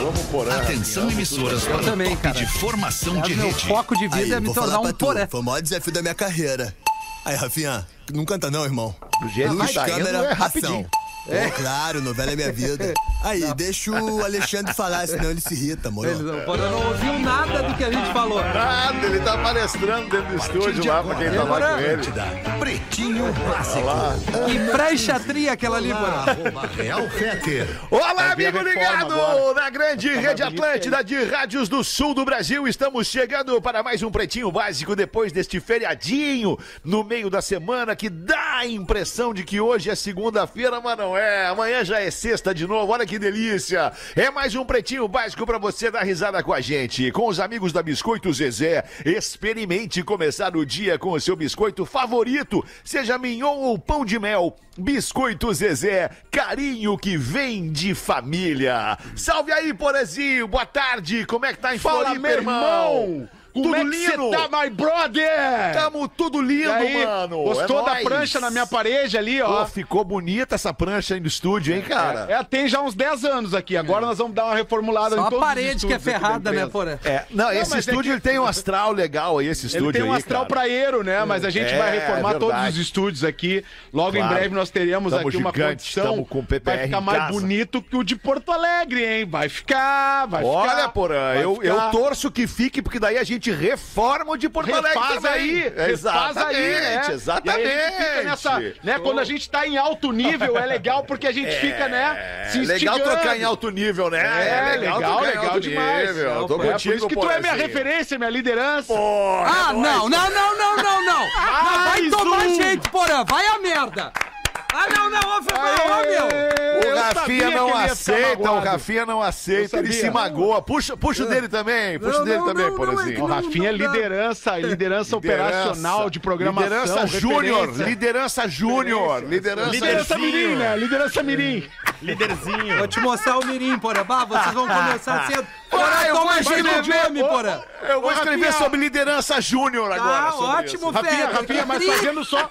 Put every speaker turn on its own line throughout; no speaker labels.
amo Porã.
Atenção emissoras
Eu
para
também,
o top
cara.
de formação de
É, meu
rede.
foco de vida é
Aí,
me
vou falar
tornar
pra
um
tu,
poré.
Foi o maior desafio da minha carreira. Aí, Rafinha, não canta não, irmão.
Do jeito
Luz,
que tá indo,
câmera,
é
ação.
rapidinho. Tá.
Pô, claro, novela é minha vida. Aí, deixa o Alexandre falar, senão ele se irrita, moro.
Ele não, o Porã não ouviu nada do que a gente falou.
Nada, ele tá palestrando dentro do estúdio lá pra quem tá lá com ele.
Pretinho Básico.
Que pré-chatria aquela ali,
Ah,
Porã.
Arroba Real Feter.
Olá,
Vai ver
amigo
a reforma
ligado
agora.
na grande rede Atlântida de rádios do sul do Brasil. Estamos chegando para mais um Pretinho Básico depois deste feriadinho no meio da semana que dá a impressão de que hoje é segunda-feira, mas não é. Amanhã já é sexta de novo. Olha que delícia. É mais um Pretinho Básico para você dar risada com a gente. Com os amigos da Biscoito Zezé, experimente começar o dia com o seu biscoito favorito, seja mignon ou pão de mel. Biscoito Zezé, carinho que vem de família. Salve aí, Porazinho, boa tarde, como é que tá em
Fala,
Floripa,
meu irmão! Como
Tudo
é que você
lindo?
tá, my brother?
Tamo tudo
E
lindo,
aí,
Tá mano.
Gostou
É
da
nóis.
prancha na minha parede ali,
Pô,
ó?
ficou bonita essa prancha aí no estúdio, hein, cara?
É, tem já uns 10 anos aqui. Agora nós vamos dar uma reformulada em
Só a
todos os
parede que é
estúdios aqui da
ferrada, né,
empresa.
Porã?
É, não, esse
mas é
estúdio
que-
ele tem um astral legal aí, esse estúdio
Ele tem um
aí,
astral
cara.
praeiro, né? Mas a gente
É,
vai reformar
é
todos os
verdade.
estúdios aqui. Logo
Claro.
em breve nós teremos
Tamo
aqui uma
gigante,
condição.
tamo com o PPR
vai ficar
em
mais
casa.
bonito que o de Porto Alegre, hein? Vai ficar, vai ficar.
Olha, Porã,
vai
eu,
ficar.
eu torço que fique, porque daí a gente reforma o de Porto Alegre
Refaz
é também.
aí, refaz
exatamente,
aí, né?
exatamente.
E aí a gente fica nessa, né? Quando a gente tá em alto nível, é legal porque a gente fica, né?
É
Se
legal
instigando.
trocar em alto nível, né?
É, legal,
trocar em
legal
alto
demais.
nível. Eu
Não,
tô
pô,
contigo,
é por isso que tu é minha
Porazinho.
referência, minha liderança.
Porra,
Ah,
é nóis.
não, não, não, não, não, não. Não, vai
Mais
tomar
um.
gente, Porã. Vai a merda. Ah, não, não, ô, Febrão, ô, meu.
Eu
O
sabia
Rafinha
que
não
ele ia ficar
aceita, o
magoado.
Rafinha não aceita,
Eu
ele
sabia.
se magoa. Puxa, puxa o dele também, puxa o
Não,
dele
não,
também,
não, não, é
Porazinho.
O Rafinha é
Não dá.
liderança,
Liderança.
liderança operacional de programação.
Liderança júnior,
referência.
liderança júnior, liderança,
Liderança
júnior.
mirim, né? Liderança mirim.
Vou te mostrar o mirim, Porã. Bah, vocês vão começar cedo.
Ah,
Porã,
eu
toma
vou
gelo de
escrever.
homem, Porã.
Eu vou
Ô,
escrever
Rafinha.
sobre liderança júnior agora.
Tá
sobre
ótimo,
isso.
Rafinha,
Fetter.
Rafinha,
que
mas
tri-
fazendo só,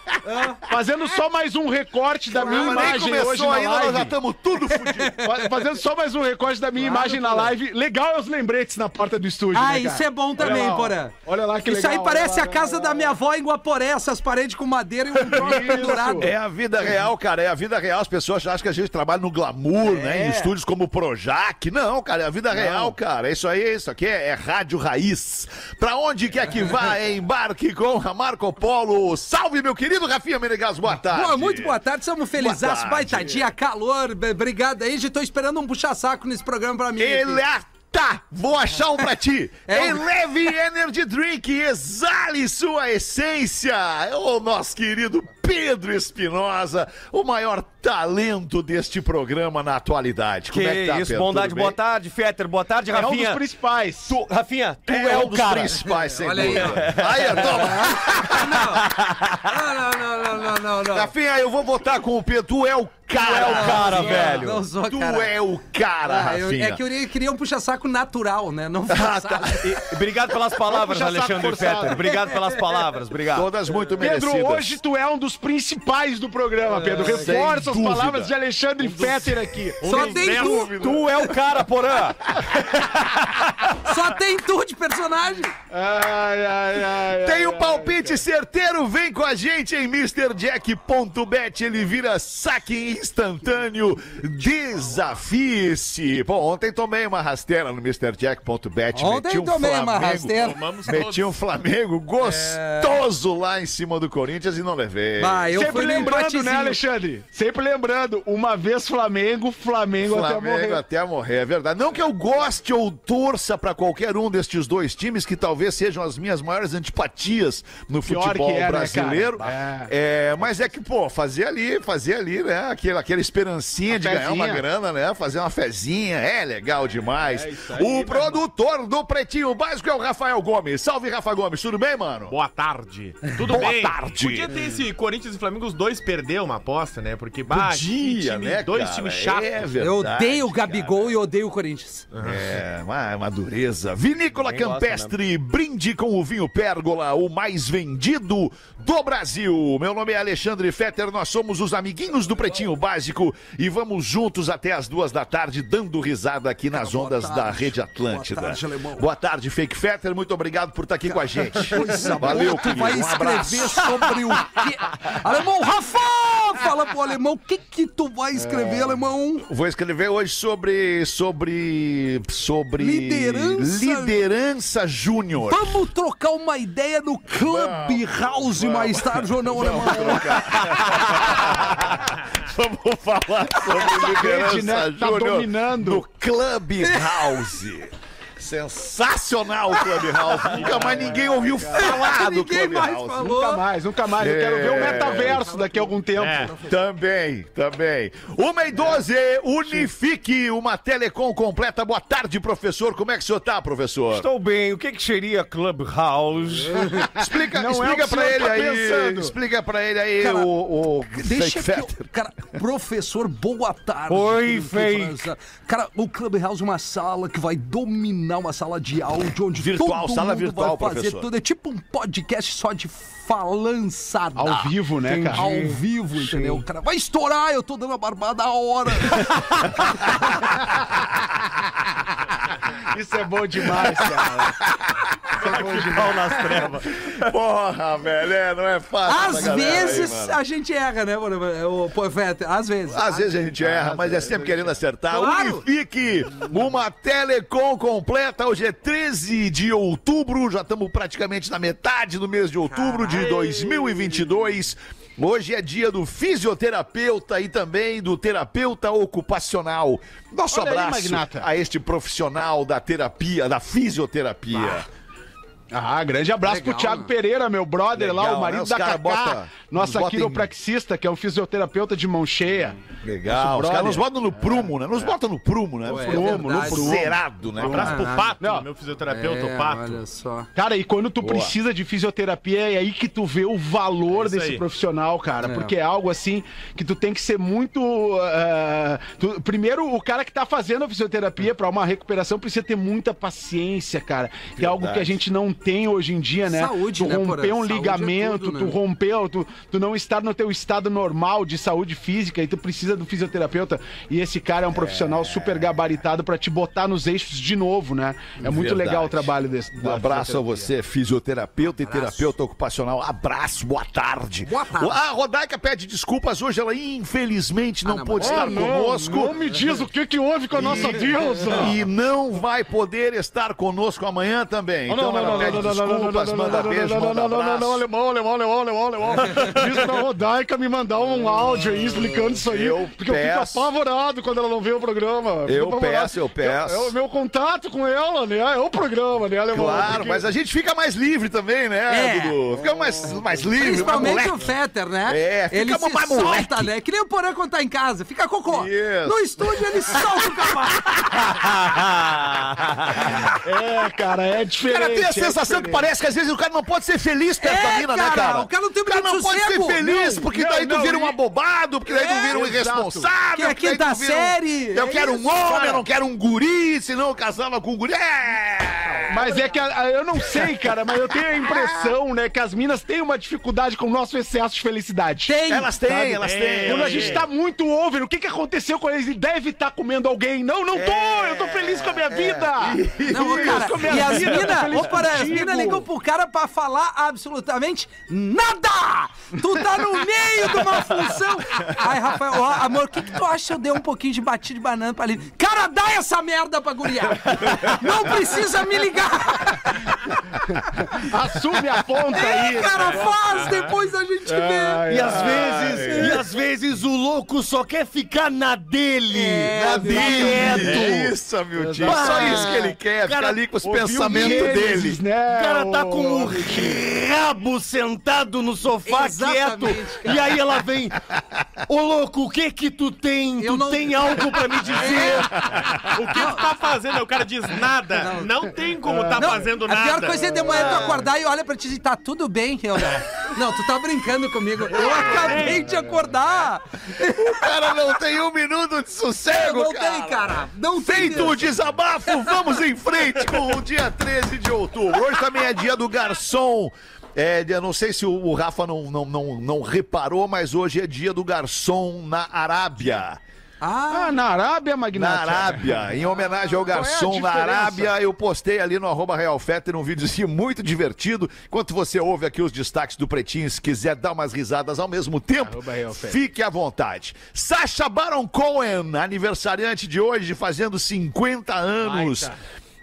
fazendo só mais um recorte da
Ah.
minha
Mas nem
imagem hoje
começou
na
ainda, nós já
live.
estamos tudo fudido.
Fa- Fazendo só mais um recorte da minha imagem na live. Legal é os lembretes na porta do estúdio.
Ah,
né, cara?
isso é bom
Olha
também,
lá, ó.
Porã.
Olha lá Ah, que
Isso
legal. né?
aí parece
olha
a
lá.
casa da minha avó em Guaporé, essas paredes com madeira e um troço
Isso.
pendurado.
É a vida real, cara. É a vida real. As pessoas acham que a gente trabalha no glamour, né? Em estúdios como o Projac. Não, cara, é a vida real, cara. É isso aí, isso aqui é, é rádio raiz. Pra onde quer que vá, embarque com a Marco Polo. Salve, meu querido Rafinha Menegas, boa tarde.
Boa, muito boa tarde, estamos felizaços,
tarde.
baita dia, calor, be- obrigado aí, já tô esperando um puxa-saco nesse programa pra mim. aqui.
é
Ele é Tá, vou achar um pra ti.
É um-
Eleve Energy Drink, exale sua essência. O nosso querido Pedro Espinosa, o maior talento deste programa na atualidade.
Que
Como é que tá,
isso,
Pedro?
bondade.
Tudo bem?
Boa tarde, Fetter. Boa tarde,
É um dos
Rafinha.
principais.
tu, Rafinha, tu
É,
é, o
um dos
cara.
principais, sem
Olha aí,
dúvida. Aí, toma.
Ah, Não, não, não, não, não, não, não.
Rafinha, eu vou votar com o Pedro. Tu é o cara.
Tu é o cara,
Rafinha.
velho.
Não sou,
Tu
cara.
é o cara,
Ah, eu-
Rafinha. Ah, tá.
é que eu queria um puxa-saco natural, né? Não forçado.
E- Obrigado pelas palavras,
Vamos puxar saco
Alexandre
forçado.
Fetter. Obrigado pelas palavras. Obrigado.
Todas muito merecidas.
Pedro, hoje tu é um dos principais do programa, Pedro.
É, sem
Reforça as
dúvida. Um
palavras de Alexandre Fetter aqui.
Só tem tu,
Tu é o cara, Porã.
só tem tu de personagem.
Ai, ai, ai.
Tem o palpite certeiro, vem com a gente em MrJack.bet. Ele vira saque instantâneo. Desafie-se. Bom, ontem tomei uma rasteira no MrJack.bet.
Ontem
meti um
tomei
Flamengo,
uma rasteira.
Meti um
É.
Flamengo gostoso lá em cima do Corinthians e não levei.
Vai, eu
Sempre
fui no
lembrando, né,
empatezinho.
Alexandre? Sempre lembrando, uma vez Flamengo, Flamengo, até
Flamengo
morrer.
até morrer, é verdade. Não que eu goste ou torça pra qualquer um destes dois times, que talvez sejam as minhas maiores antipatias no
Pior
futebol
que é, né,
brasileiro.
cara?
é, mas é que, pô, fazer ali, fazer ali, né? Aquela, aquela esperancinha de ganhar
fezinha.
uma grana, né? Fazer uma fezinha, é legal demais. o produtor do Pretinho Básico é o Rafael Gomes. Salve, Rafa Gomes, tudo bem, mano?
Boa tarde. Tudo
Boa
bem?
tarde.
Podia ter esse Corinthians e Flamengo, os dois perderam uma aposta, né? Porque, bah, que
Podia,
time-
né,
dois
cara?
times chatos.
É
Eu
verdade,
odeio o Gabigol e odeio o Corinthians.
É, uma, uma dureza. mesa. Vinícola
Ninguém gosta
Campestre, brinde com o vinho Pérgola, o mais vendido do Brasil. Meu nome é Alexandre Fetter, nós somos os amiguinhos do Pretinho Básico e vamos juntos até as duas da tarde, dando risada aqui nas
boa
ondas da
tarde.
Rede Atlântida.
Boa tarde, alemão.
Boa tarde, Fake Fetter, muito obrigado por estar aqui com a gente.
Valeu,
Valeu,
tu vai
querido, um abraço.
escrever sobre o quê? Alemão, Rafa! Fala pro alemão, o que que tu vai escrever, alemão?
Vou escrever hoje sobre. sobre. sobre.
Liderança.
Liderança Júnior.
Vamos trocar uma ideia no Clubhouse mais tarde ou não, alemão?
Vamos falar sobre liderança
Rede, né? Tá
Júnior
dominando.
no Clubhouse. Sensacional o Clubhouse. Nunca mais ninguém ouviu falar do
Ninguém mais
Clubhouse.
falou.
Nunca mais, nunca mais. Eu quero ver
É.
o metaverso daqui a algum tempo.
É.
Também, também. Uma e 12, Unifique, uma telecom completa. Boa tarde, professor. Como é que o senhor tá, professor?
Estou bem, o que, que seria Clubhouse?
Explica,
Não é o
explica
que o
pra
senhor
ele
tá
aí.
pensando.
Explica pra ele aí
Cara,
o, o
Deixa
fake
que eu,
fetter.
Cara, professor, boa tarde.
Oi,
Felipe
fake.
França. Cara, o Clubhouse é uma sala que vai dominar uma sala de áudio onde
Virtual,
todo
sala
mundo
virtual,
vai fazer
professor.
tudo. É tipo um podcast só de falançada.
Ah,
Ao vivo, né, cara?
Ao vivo, entendeu? Cara, vai estourar, eu tô dando a barbada a hora.
Isso é bom demais, cara. Isso é bom demais.
Porra, velho, é, não é fácil. pra
Às
galera aí,
vezes
mano.
a gente erra, né, mano? O Poefete, às vezes.
Às vezes a gente erra, mas é sempre querendo acertar.
Claro.
Unifique uma telecom completa. Hoje é 13 de outubro, já estamos praticamente na metade do mês de outubro de 2022. Hoje é dia do fisioterapeuta e também do terapeuta ocupacional. Nosso
Olha aí,
abraço
magnata.
a este profissional da terapia, da fisioterapia.
Ah, grande abraço
Legal,
pro Thiago
né?
Pereira, meu brother
Legal,
lá, o marido
né? Os
da
cara
Cacá,
bota-
nossa
bota em-
quiropraxista, que é um fisioterapeuta de mão cheia.
Legal. Os
brother.
caras nos botam no prumo, né? Nos botam no prumo, né?
é
prumo, no
verdade.
zerado, né?
Um abraço pro
Caralho.
Pato,
Não.
meu fisioterapeuta, o Pato.
É, Olha só.
Cara, e quando tu precisa de fisioterapia, é aí que tu vê o valor
É isso
desse
aí.
profissional, cara.
É.
Porque é algo assim que tu tem que ser muito. ah, tu- primeiro, o cara que tá fazendo a fisioterapia pra uma recuperação precisa ter muita paciência, cara. Que é algo que a gente não tem hoje em dia, né?
Saúde,
tu
né, Porã?
romper um
Saúde é
ligamento,
tudo, né?
tu romper, tu, tu não estar no teu estado normal de saúde física e tu precisa do fisioterapeuta. E esse cara é um profissional super gabaritado pra te botar nos eixos de novo, né? É muito
Verdade.
legal o trabalho desse.
Um
da
abraço a você, fisioterapeuta e terapeuta ocupacional. Abraço, boa tarde. Ah,
Boa tarde.
A Rodaica pede desculpas hoje, ela infelizmente não
não,
pôde
mas- é
estar
Ah, não,
conosco.
Não me diz o que, que houve com a nossa deusa.
E não vai poder estar conosco amanhã também. Então ela pede desculpas, manda beijo, manda abraço.
alemão, alemão, alemão, alemão, alemão. Diz pra Rodaica me mandar um áudio aí explicando isso aí.
Eu
porque eu
peço-
fico apavorado quando ela não vê o programa. Fico
Eu
apavorado.
peço, eu peço.
É o meu contato com ela, né? É o programa, né, alemão?
Claro,
Porque-
mas é- a gente fica mais livre também, né,
É.
Dudu? Fica mais, mais livre, mais
Principalmente o
moleque.
Fetter, né?
É, fica
ele se
uma
solta,
moleque.
né? Que nem o Porã quando tá em casa, fica cocô.
Isso.
No estúdio ele solta o cavalo.
É, cara, é diferente.
Cara, tem a
é
sensação que
diferente.
parece que às vezes o cara não pode ser feliz perto
É,
da mina, né,
cara?
cara?
O cara não tem
cara
minuto
não
de
pode ser
sossego.
feliz, porque
não,
daí tu
não,
vira um
e-
abobado, porque daí tu
É,
vira um
exato.
irresponsável.
Que é
porque
a
daí tu
quinta
vira um-
série,
Eu
é
quero um
isso,
homem,
cara.
eu não quero um guri, senão eu casava com um guri. É!
Mas é que a- a- eu não sei, cara, mas eu tenho a impressão, né, que as minas têm uma dificuldade com o nosso excesso de felicidade.
Tem.
Elas têm,
Sabe?
elas têm.
Quando a gente tá muito over, o que que aconteceu com eles? Ele deve estar comendo alguém. Não, não tô! eu tô feliz com a minha vida!
Não, ô, cara,
Isso, minha
e as
vida, tô
minas,
feliz
ô Porã, as
contigo.
minas ligam pro cara pra falar absolutamente nada! Tu tá no meio de uma função! Ai, Rafael, ó, amor, o que, que tu acha se eu der um pouquinho de batido de banana pra ele? Cara, dá essa merda pra guriar! Não precisa me ligar!
Assume a ponta aí!
É, cara, faz, depois a gente vê!
E às vezes, e às vezes o louco só quer ficar na dele.
É,
É isso, meu tio. Só isso que ele quer, ficar
Cara,
ali com os
Ouviu
pensamentos
Gênesis,
dele.
Né?
O cara tá com o
Ô,
rabo sentado no sofá
Exatamente,
quieto.
cara.
E aí ela vem. Ô louco, o que que tu tem?
Eu
tu
não-
tem algo pra me
É,
dizer?
O que tu tá fazendo? Aí O cara diz nada. Não, tem como tá
Não,
fazendo
a
nada.
pior coisa é de manhã tu acordar e olha pra ti e tá tudo bem, eu não. Não, tu tá brincando comigo.
É.
Eu acabei de acordar.
O cara não tem um minuto de sossego,
Não tem, cara. Não tem.
Feito o desabar desabafo, vamos em frente com o dia 13 de outubro. Hoje também é dia do garçom. É, eu não sei se o, o Rafa não, não, não, não reparou, mas hoje é dia do garçom na Arábia.
Ah,
Ah, na Arábia, Magnata?
né?
Na Arábia, em homenagem ao
é
garçom na Arábia, eu postei ali no arroba Real Fetter um videozinho muito divertido. Enquanto você ouve aqui os destaques do Pretinho, se quiser dar umas risadas ao mesmo tempo,
Arroba Real Fetter.
fique à vontade. Sacha Baron Cohen, aniversariante de hoje, fazendo 50 anos.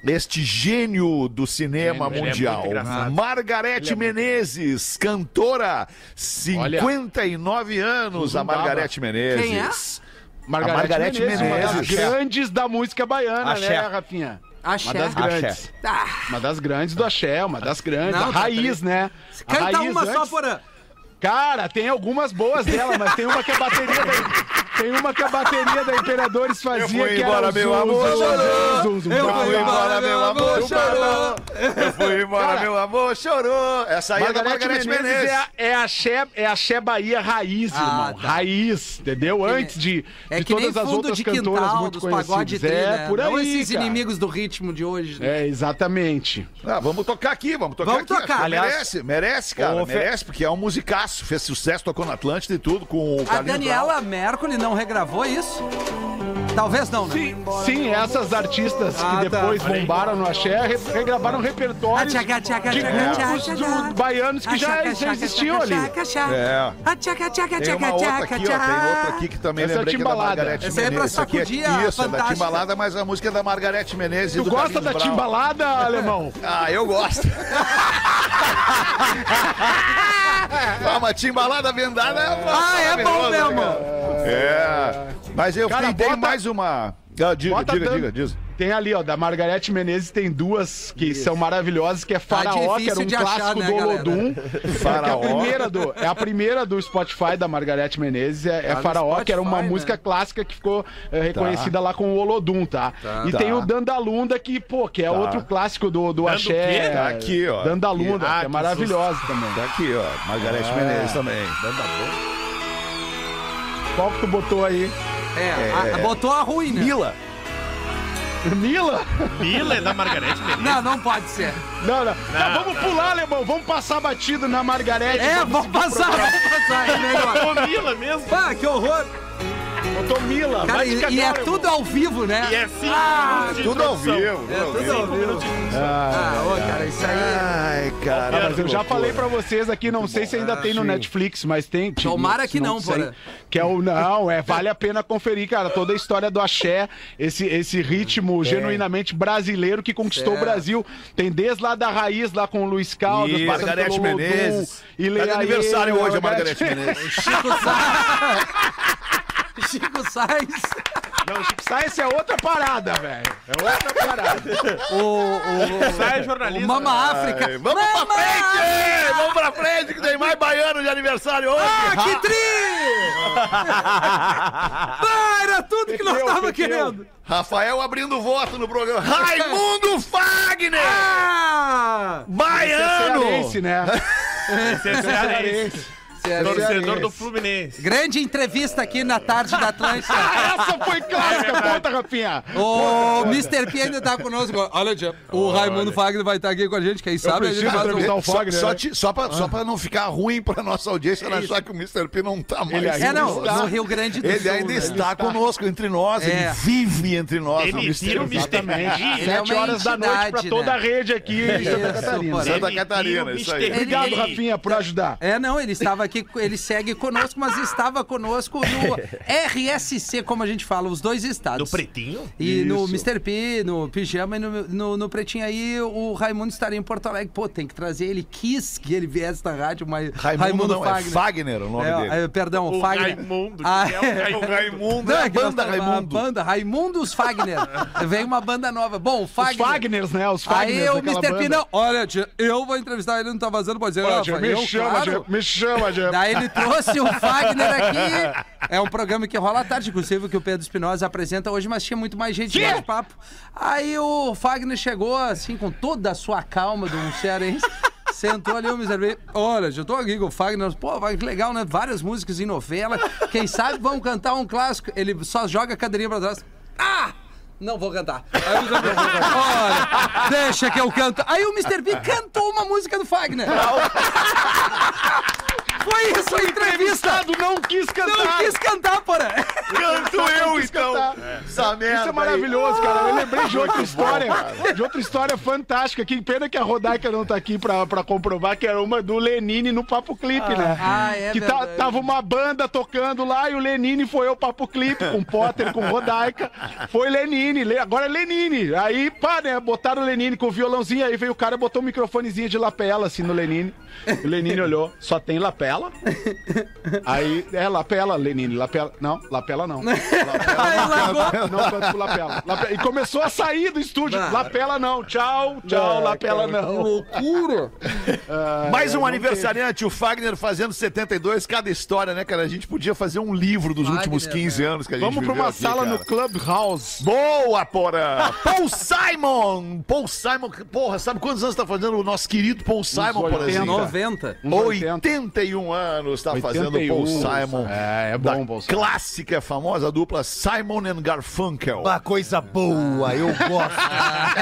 Este gênio do cinema
Gênio, ele é
mundial.
muito engraçado. é
Margarete Menezes, cantora, 59
um
anos, a
Zumbaba.
Margarete Menezes.
Quem é?
Margarete,
A Margarete
Menezes, uma das
Menezes.
grandes da música baiana, né,
Axé.
Rafinha?
Axé.
Uma das grandes.
Ah,
Uma das grandes do Axé, uma das grandes.
Não,
a
tá
raiz, né? A
canta
raiz
uma só
antes-
por ano.
Cara, tem algumas boas dela, mas tem uma que a bateria da... Tem uma que a bateria da Imperadores fazia
fui
que
embora,
era o
meu
zum,
amor,
zum,
chorou.
zum, zum, zum,
Eu
zum,
fui
zum.
embora, meu amor, chorou.
Eu fui embora,
Cara,
meu amor, chorou. Essa aí é da Margarete
Margarete Menezes,
Menezes.
é a- é a Xé, é a Xé Bahia raiz,
Ah,
irmão.
tá.
Raiz, entendeu? Antes de,
É
de
que nem
todas as
fundo
outras
de
cantoras
quintal
muito
dos pagode
conhecidas.
tri,
é,
né?
por aí,
Não esses
cara.
inimigos do ritmo de hoje. né?
É, exatamente.
Ah, vamos tocar aqui, vamos tocar
Vamos
aqui.
tocar.
Acho que
Aliás,
merece, merece, cara.
ô, Fe-
Merece, porque é um musicaço. Fez sucesso, tocou na Atlântida e tudo, com o
A
Carlinhos
Daniela Mercury não regravou isso? Talvez não, né?
Sim, sim, essas artistas
Ah,
que
tá.
depois bombaram no axé re- regravaram repertórios
Ah, tchaca, tchaca,
de
tchaca,
grupos
tchaca,
do-
tchaca.
baianos que já, já existiam ali.
É.
É.
Brau. Tem uma outra aqui, ó. Tem outra aqui que também
Essa é a
lembrei que é da
timbalada.
Margarete
Essa aí é pra
Menezes. Isso aqui
sacudir a
isso, é da
fantástica.
Timbalada, mas a música é da Margarete Menezes. e
Tu
do
gosta
Carlinhos
da
Brau.
timbalada, alemão?
Ah, eu gosto. ah, uma timbalada vendada é uma
Ah, é bom
maravilhosa, né,
mesmo.
cara? É. Mas eu
Cara,
tenho tem
bota-
mais uma. Ah, diga,
Bota
diga,
dan-
diga, diz.
Tem ali, ó, da Margarete Menezes tem duas que são maravilhosas, que é Faraó, que
Tá difícil
era um
de achar,
clássico
né,
do
galera?
Olodum. Que é a
Faraó.
primeira do, é a primeira do Spotify da Margarete Menezes, é, é
no
Faraó, que era uma
Spotify, né?
música clássica que ficou é, reconhecida lá com o Olodum, tá? E
Tá.
tem o Dandalunda, que, pô,
Tá.
que é outro clássico do, do Axé.
quê?
Tá aqui, ó.
Dandalunda,
Ah,
que é
que
maravilhosa também.
Tá aqui, ó. Margarete Menezes também.
Qual que tu botou aí?
É, a- botou a ruim, né?
Mila.
Mila?
Mila é da Margarete Menezes.
Não, não pode ser.
Não, não. Tá, vamos pular, alemão. Vamos passar batido na Margarete.
É,
vamos
vamos passar, vamos passar. É melhor.
Ô, Mila mesmo.
Pá, que horror.
Botou Mila.
Cara,
vai
e,
te cagar,
e é
alemão.
tudo ao vivo, né?
E é cinco
Ah,
minutos de
Tudo ao
introdução.
vivo.
é tudo ao vivo. Ah, ô, cara, isso aí...
Ai, cara.
Mas eu já falei pra vocês aqui, não sei se ainda tem no Netflix, mas tem. tipo,
Tomara que não,
sei.
porra.
Que é o não, é, vale a pena conferir, cara, toda a história do axé, esse esse ritmo
É.
genuinamente brasileiro que conquistou o Brasil. Tem desde lá da raiz lá com o Luiz Caldas,
Isso,
passando
Margarete
pelo Lodum,
Menezes.
e
Tá de
Leaê,
aniversário hoje, a
Margarete-
Margarete Menezes.
Chico Sainz... Chico Sainz...
Não, Chico Sainz essa é outra parada, velho. É outra parada.
O... o,
Sai
o
jornalista.
Mama
Ai,
África...
Vamos pra
Mama
frente! Vamos pra frente que tem mais baiano de aniversário hoje!
Ah, que tri! Ah, era tudo que nós
Meteu,
tava
meteu.
querendo.
Rafael abrindo voto no programa. Raimundo Fagner! é
Ah!
Baiano!
é Cearense, né?
Esse é cearense. Torcedor
Cearense.
do Fluminense.
Grande entrevista aqui na tarde da Atlântida.
Ah, Essa foi
É
clássica, conta, Rafinha.
O Mr. P ainda tá conosco. Olha, tia, o Raimundo Fagner vai estar aqui com a gente, quem sabe a gente faz
preciso
um...
entrevistar o
Só,
Fagner,
só,
né?
te- só, pra, só pra não ficar ruim pra nossa audiência, ela achar que o Mr. P não tá mais.
Ele ainda
É, não,
está-
no Rio Grande do
Ele
Sul.
ainda
né?
está conosco, entre nós,
É.
ele vive entre nós.
Ele
o Mr.
vira o
P.
Mr.
Exatamente.
P.
Ele é
Sete
uma
horas da noite pra
entidade,
toda
né?
a rede aqui em Santa
Isso,
Catarina.
porra.
Santa Catarina, isso aí.
Obrigado, Rafinha, por ajudar.
É, não, ele estava aqui, ele segue conosco, mas estava conosco no RSC, como a gente fala, os dois
Do
estados.
Pretinho?
E no
Isso.
Mr. P, no Pijama e no, no, no Pretinho aí, o Raimundo estaria em Porto Alegre. Pô, tem que trazer ele. Quis que ele viesse na rádio, mas.
Raimundo, não, é Fagner o nome
É,
dele.
é, perdão,
O
Fagner.
Raimundo, que
Ah,
é o
O
Raimundo.
Raimundo
Não,
é
é
a
que nós
banda
temos uma
Raimundo.
Banda Raimundos Fagner. Vem uma banda nova. Bom, o
Os
Fagner.
Fagners, né? Os Fagners.
Aí o
daquela
Mr. P,
banda.
não. Olha, tia, eu vou entrevistar ele, não tá vazando, pode dizer.
Olha,
"Ah,
Diego,
eu,
me, chama,
claro."
Diego, me chama, Diego.
Daí ele trouxe o Fagner aqui. É um programa que rola à tarde, inclusive, que o Pedro Espinosa apresenta hoje, mas tinha muito mais gente no papo. Aí o Fagner chegou, assim, com toda a sua calma de um cearense. Sentou ali, eu me observei. Olha, já tô aqui com o Fagner. Pô, Fagner, que legal, né? Várias músicas em novela. Quem sabe vamos cantar um clássico. Ele só joga a cadeirinha pra trás. Ah! Não vou cantar. Aí o Mr. B, olha, deixa que eu canto. Aí o Mr. B cantou uma música do Fagner. Foi isso a entrevista.
Entrevistado não quis cantar.
Não quis cantar, porra.
Canto eu, então. Essa merda.
Isso é maravilhoso, cara. Eu lembrei de outra história, de outra história fantástica. Que pena que a Rodaica não tá aqui pra, pra comprovar, que era uma do Lenine no Papo Clipe, né?
ah, é
que tá-
verdade.
tava uma banda tocando lá e o Lenine foi ao Papo Clipe, com Potter, com Rodaica. Foi Lenine, Le- agora é Lenine. Aí, pá, né? Botaram o Lenine com o violãozinho, aí veio o cara, botou um microfonezinho de lapela, assim, no Lenine. O Lenine olhou, só tem lapela. Aí, é lapela, Lenine, lapela. Não, lapela não. tá
Aí largou.
Não canto com lapela. Lapela- E começou a sair do estúdio.
Não.
Lapela não. Tchau, tchau, lapela não.
Loucura. É,
Mais um aniversariante, o Fagner fazendo 72, cada história, né, cara? A gente podia fazer um livro dos
Fagner, né?
últimos 15 anos que a gente
Vamos pra
viveu
uma
aqui,
sala
cara.
no Clubhouse.
Boa, porra! Paul Simon! Paul Simon, porra, sabe quantos anos tá fazendo o nosso querido Paul Simon,
80.
porazinho?
90.
Uns 80.
81 anos tá fazendo o Paul
81.
Simon.
É, é
da
bom, Paul Simon.
Clássica, famosa dupla Simon and Garfunkel.
Uma Ah, coisa boa, eu gosto.
Ah,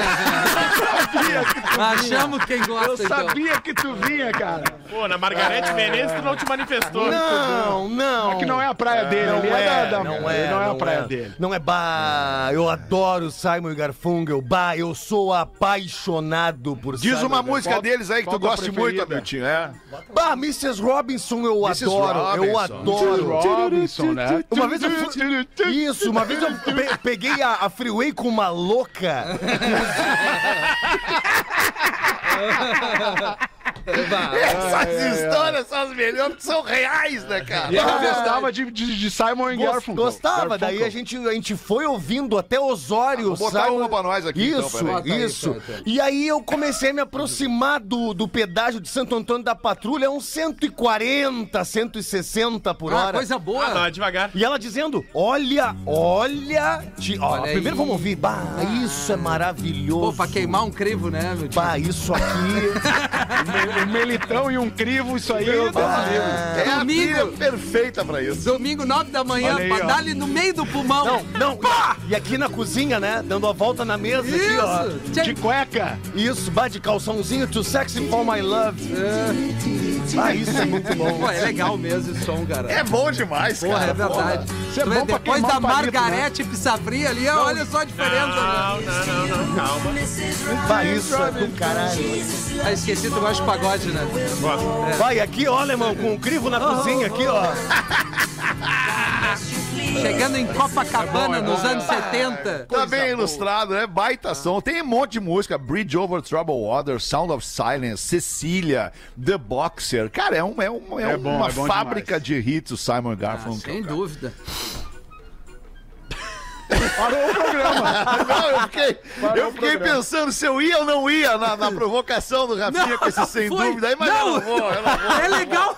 Achamos quem
Tá Eu
gosta, então.
sabia que tu vinha, cara.
Pô, na Margarete Menezes tu não te manifestou.
Não, não.
É que não é a praia dele.
Não
ele
é,
da- da-
não é,
ele não é a praia dele.
Não é bah, eu adoro Simon e Garfunkel. Bah, eu sou apaixonado por
Diz
Simon
uma
e Garfunkel.
música
qual-
deles aí que tu
qual tua
gosta muito,
preferida?
Amiltinho, é?
Bah, Mrs. Robinson eu
Mrs.
adoro. Eu
Robinson.
adoro.
né? Robinson, né?
Uma vez eu fui... Isso, uma vez eu pe- peguei a, a freeway com uma louca.
Essas histórias são as melhores, porque são reais, né,
E
cara?
ela gostava de, de, de Simon e
Gos-
Garfunkel.
Gostava,
Garfunkel.
daí a gente, a gente foi ouvindo até Osório.
Vou botar
Simon-
uma pra nós aqui, então,
Isso,
peraí.
Bota aí,
isso.
bota aí.
E aí eu comecei a me aproximar do, do pedágio de Santo Antônio da Patrulha, é uns 140, 160 por
Ah,
hora.
coisa boa.
tá.
Ah, não, é devagar.
E ela dizendo: Olha, olha. Ti... Ó,
Olha
primeiro
aí.
vamos ouvir. Bah, isso é maravilhoso.
Pô, pra queimar um crivo, né, meu tio?
Bah, isso aqui.
Um melitão e um crivo, isso aí. eu-
É a
Domingo.
trilha perfeita pra isso.
Domingo, 9 da manhã,
Olha aí,
pra
ó.
dar ali no meio do pulmão.
não, não. E aqui na cozinha, né? Dando a volta na mesa aqui, ó.
Isso!
De
Tchê,
cueca.
Isso, bah de calçãozinho, too sexy for my love. Ah, isso é muito bom.
Pô, é legal mesmo esse som, cara.
É bom demais,
Porra,
cara.
é verdade.
Isso é
Tu
bom
vê,
pra
depois
queimar
da
o palito,
Margarete Pissafria ali, ó, olha só a diferença. né?
Não, não, não, não, calma.
Bah, isso é do caralho.
né? Ah, esqueci, tu gosta de pagode, né?
Gosto.
Vai aqui, ó, alemão, com um crivo na
Oh,
cozinha aqui, ó.
Chegando em Copacabana, nos anos 70.
Tá bem ilustrado, né?
Ah.
Baita som. Tem um monte de música. Bridge Over Troubled Water, Sound of Silence, Cecília, The Boxer. Cara, é, um, é, um, é,
É bom,
uma
é bom
fábrica de hits o
Ah,
Simon Garfunkel.
Sem dúvida.
Parou o programa.
Não, eu fiquei, eu
é o
fiquei
programa.
pensando se eu ia ou não ia na, na provocação do Rafinha com esse sem
foi.
dúvida aí, mas eu não vou, eu não vou.
É legal.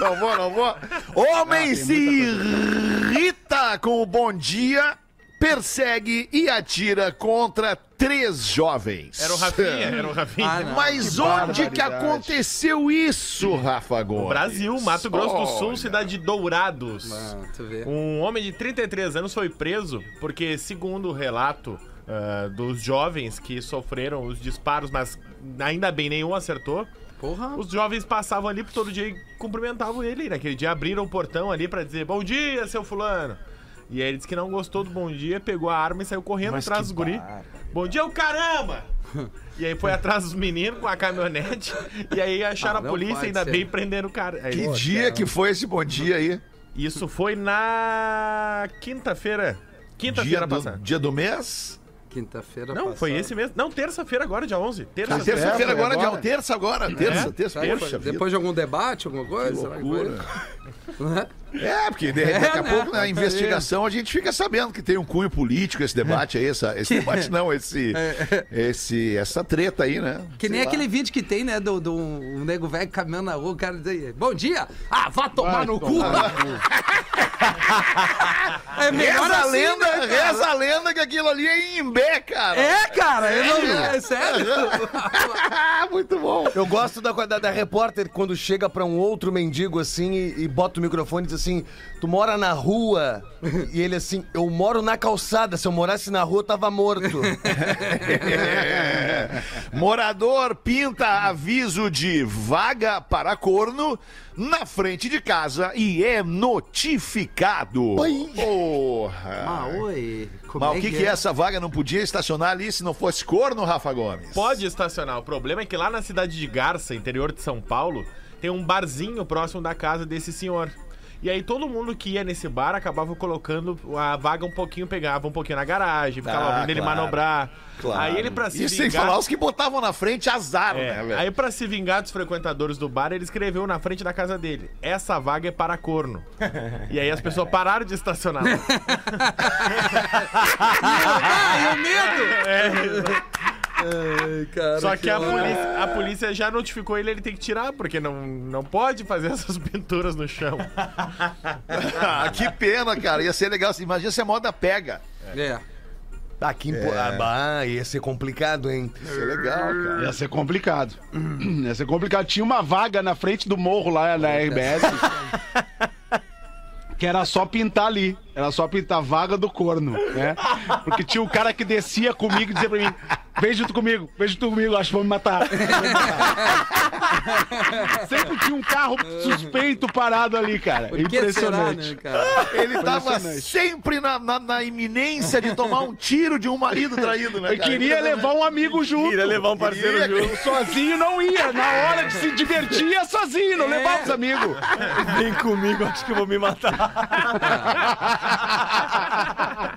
Não vou, não vou. Homem
Ah,
se irrita com o bom dia, persegue e atira contra três jovens.
Era o Rafinha, era o Rafinha.
Ah, não.
Mas onde que aconteceu isso, Rafa Gomes?
Brasil, Mato Grosso do Sul,
Olha.
cidade de Dourados.
Ah, tu vê.
Um homem de 33 anos foi preso porque, segundo o relato ah, dos jovens que sofreram os disparos, mas ainda bem nenhum acertou,
Porra.
os jovens passavam ali por todo dia e cumprimentavam ele. Naquele dia abriram o portão ali pra dizer bom dia, seu fulano. E aí ele disse que não gostou do bom dia, pegou a arma e saiu correndo atrás dos guri. Bom dia, o caramba! E aí foi atrás dos meninos com a caminhonete. E aí acharam
Ah,
a
não
polícia,
pode
ainda
ser.
bem prenderam o cara. Aí-
Que dia que foi esse bom dia aí?
isso foi na quinta-feira.
Dia
Quinta-feira
do,
passada.
dia do mês?
Quinta-feira
Não,
passada.
foi esse mesmo. Não, terça-feira agora, dia 11.
Ah,
Terça-feira.
terça-feira
foi
agora, dia
agora.
um terça agora. Terça, terça,
Sabe,
poxa vida.
depois de algum debate, alguma coisa? Será que foi? Né?
É, porque de- daqui a
né?
pouco na investigação a gente fica sabendo que tem um cunho político esse debate aí, essa, esse debate não, esse, esse, essa treta aí, né?
Que nem
Sei lá.
aquele vídeo que tem, né? Do, do um nego velho caminhando na rua, o cara diz Bom dia! Ah, vá tomar
Vai
no cu!
tomar
é
Reza
melhor
a
assim,
lenda,
né, cara?
reza a lenda que aquilo ali é em Imbé, cara.
É, cara, eu não-
É.
é, sério?
Muito bom.
Eu gosto da, da, da repórter quando chega pra um outro mendigo assim e, e bota o microfone e diz assim: Tu mora na rua? E ele assim: Eu moro na calçada. Se eu morasse na rua, eu tava morto.
Morador pinta aviso de vaga para corno na frente de casa e é notificado. Porra.
Ah, oi. Como
Mas o que, que é essa vaga? Não podia estacionar ali se não fosse corno, Rafa Gomes?
Pode estacionar. O problema é que lá na cidade de Garça, interior de São Paulo, tem um barzinho próximo da casa desse senhor. E aí todo mundo que ia nesse bar acabava colocando a vaga um pouquinho, pegava um pouquinho na garagem, ficava
Ah,
ouvindo ele
claro.
manobrar. Aí ele pra se
E sem falar os que botavam na frente, azar,
É,
né, velho?
aí pra se vingar dos frequentadores do bar, ele escreveu na frente da casa dele: "Essa vaga é para corno". e aí as pessoas pararam de estacionar. lá.
Ah, eu medo!
Só que é a polícia, a polícia já notificou ele, ele tem que tirar, porque não, não pode fazer essas pinturas no chão.
Ah, que pena, cara. Ia ser legal. assim, Imagina se a moda pega.
É.
Ah, que
É.
impo... ah, bah, ia ser complicado, hein?
Isso é legal, cara.
Ia ser complicado. Ia ser complicado. Tinha uma vaga na frente do morro lá na RBS. Que era só pintar ali. Era só pintar a vaga do corno, né? Porque tinha um cara que descia comigo e dizia pra mim: Vem junto comigo, vem junto comigo, acho que vão me matar. Vão me matar." Sempre tinha um carro suspeito parado ali, cara.
Por que será,
Impressionante.
né, cara?
Ele tava sempre na, na, na iminência de tomar um tiro de um marido traído, né?
Eu
cara?
queria levar um amigo junto.
Queria levar um parceiro
Queria,
junto.
Sozinho não ia. Na hora de se divertir, ia sozinho,
É.
não levava os amigos.
Vem comigo, acho que eu vou me matar.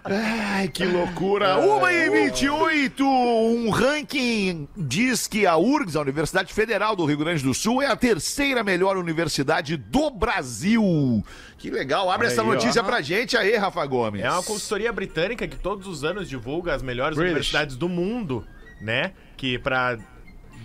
Ai, que
É.
loucura! Uma e 28, um ranking diz que a URGS, a Universidade Federal do Rio Grande do Sul, é a terceira melhor universidade do Brasil. Que legal, abre essa notícia pra gente aí, Rafa Gomes.
É uma consultoria britânica que todos os anos divulga as melhores
British.
universidades do mundo, né? Que pra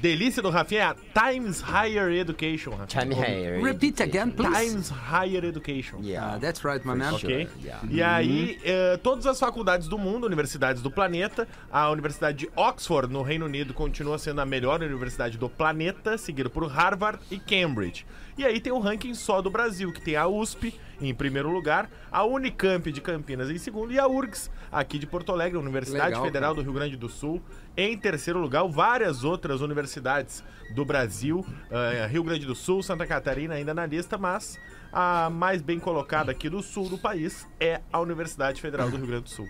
delícia do Rafinha é a Times Higher Education, Rafinha.
Time here.
Repeat again, please.
Times Higher Education.
Ah,
Yeah.
that's right, my man.
né? Ok?
Yeah.
E aí, eh, todas as faculdades do mundo, universidades do planeta, a Universidade de Oxford, no Reino Unido, continua sendo a melhor universidade do planeta, seguido por Harvard e Cambridge. E aí tem o ranking só do Brasil, que tem a USP em primeiro lugar, a Unicamp de Campinas em segundo e a URGS, aqui de Porto Alegre, Universidade
Legal,
Federal do Rio Grande do Sul. Em terceiro lugar, várias outras universidades do Brasil, eh, Rio Grande do Sul, Santa Catarina ainda na lista, mas a mais bem colocada aqui do sul do país é a Universidade Federal do Rio Grande do Sul.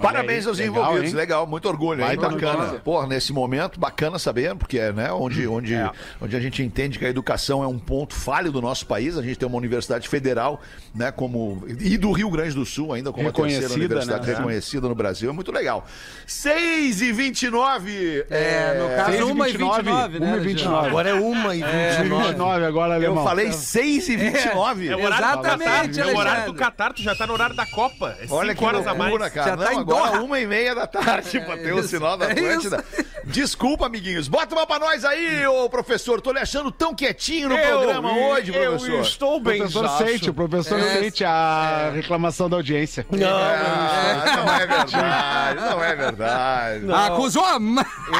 Parabéns aos
legal,
envolvidos,
hein?
legal, muito orgulho, hein?
Baita
Bacana.
notícia. Hum,
Porra, nesse momento, bacana saber, porque é né, onde, onde, onde a gente entende que a educação é um ponto falho do nosso país, a gente tem uma universidade federal, né, como. E do Rio Grande do Sul, ainda como a terceira
Reconhecida,
universidade
né?
reconhecida no Brasil, é muito legal. 6 e 29
É, no caso, 1 e 29, né?
1 e 29.
Agora é uma e vinte e
29
Eu
agora, alemão.
falei 6 e 29
É o horário
Exatamente,
do Catar, é o horário do
Alexandre.
Catar, tu já tá no horário da Copa. É
Olha
cinco
que
horas a mais.
loucura, cara.
Já tá
Não,
em
agora
Doha.
uma e meia da tarde pra ter o
isso,
sinal da
é
Atlântida. Desculpa, amiguinhos. Bota uma pra nós aí, ô professor. Tô lhe achando tão quietinho no programa hoje, professor.
Eu estou
O
bem,
professor sente, o professor sente a reclamação da audiência.
Ah, não é verdade, não é verdade.
Ah, Acusou!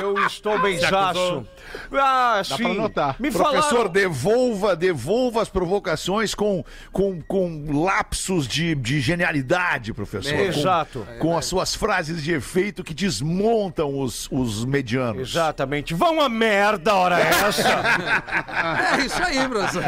Eu estou bem, Jacho. Ah, sim.
pra notar.
Me
Professor,
falaram...
devolva, devolva as provocações com, com, com lapsos de, de genialidade, professor.
É,
Com-
exato.
Com as suas frases de efeito que desmontam os, os medianos.
Exatamente. Vão a merda, hora essa.
É isso aí, professor.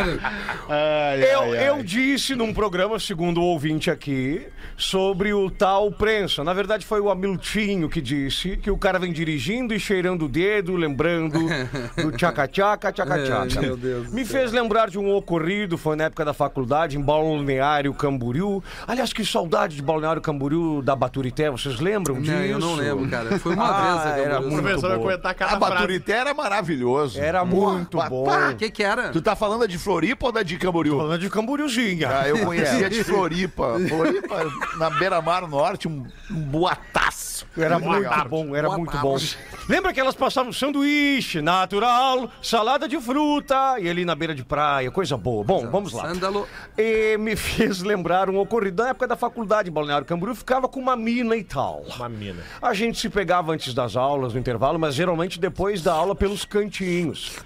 Eu, eu disse num programa, segundo o ouvinte aqui, sobre o tal prensa. Na verdade, foi o Amiltinho que disse que o cara vem dirigindo e cheirando o dedo, lembrando do tchaca-tchaca, tchaca-tchaca.
Ai, É, meu Deus do
Me fez lembrar de um ocorrido, foi na época da faculdade, em Balneário Camboriú. Aliás, que saudade de Balneário Camboriú da Baturité, vocês lembram disso?
Não, eu não lembro, cara. Foi uma
Ah,
vez. aqui,
era
professor.
O professor vai
boa.
comentar cada
A
frase.
Ah, Baturité era maravilhoso.
Era muito
Porra,
bom.
pá,
O que que era?
Tu tá falando da de Floripa ou da de Camboriú?
Falando de Camboriúzinha.
Ah, eu conhecia a de Floripa. Floripa, na beira-mar norte, um, um boataço.
Era
Muito
muito
legal.
bom, era
Boa
muito bom.
tarde.
Lembra que elas passavam sanduíche na natural, salada de fruta e ele na beira de praia, coisa boa. Bom, vamos lá.
Sândalo.
E me fez lembrar um ocorrido na época da faculdade, Balneário Camboriú, eu ficava com uma mina e tal.
Uma mina.
A gente se pegava antes das aulas, no intervalo, mas geralmente depois da aula pelos cantinhos.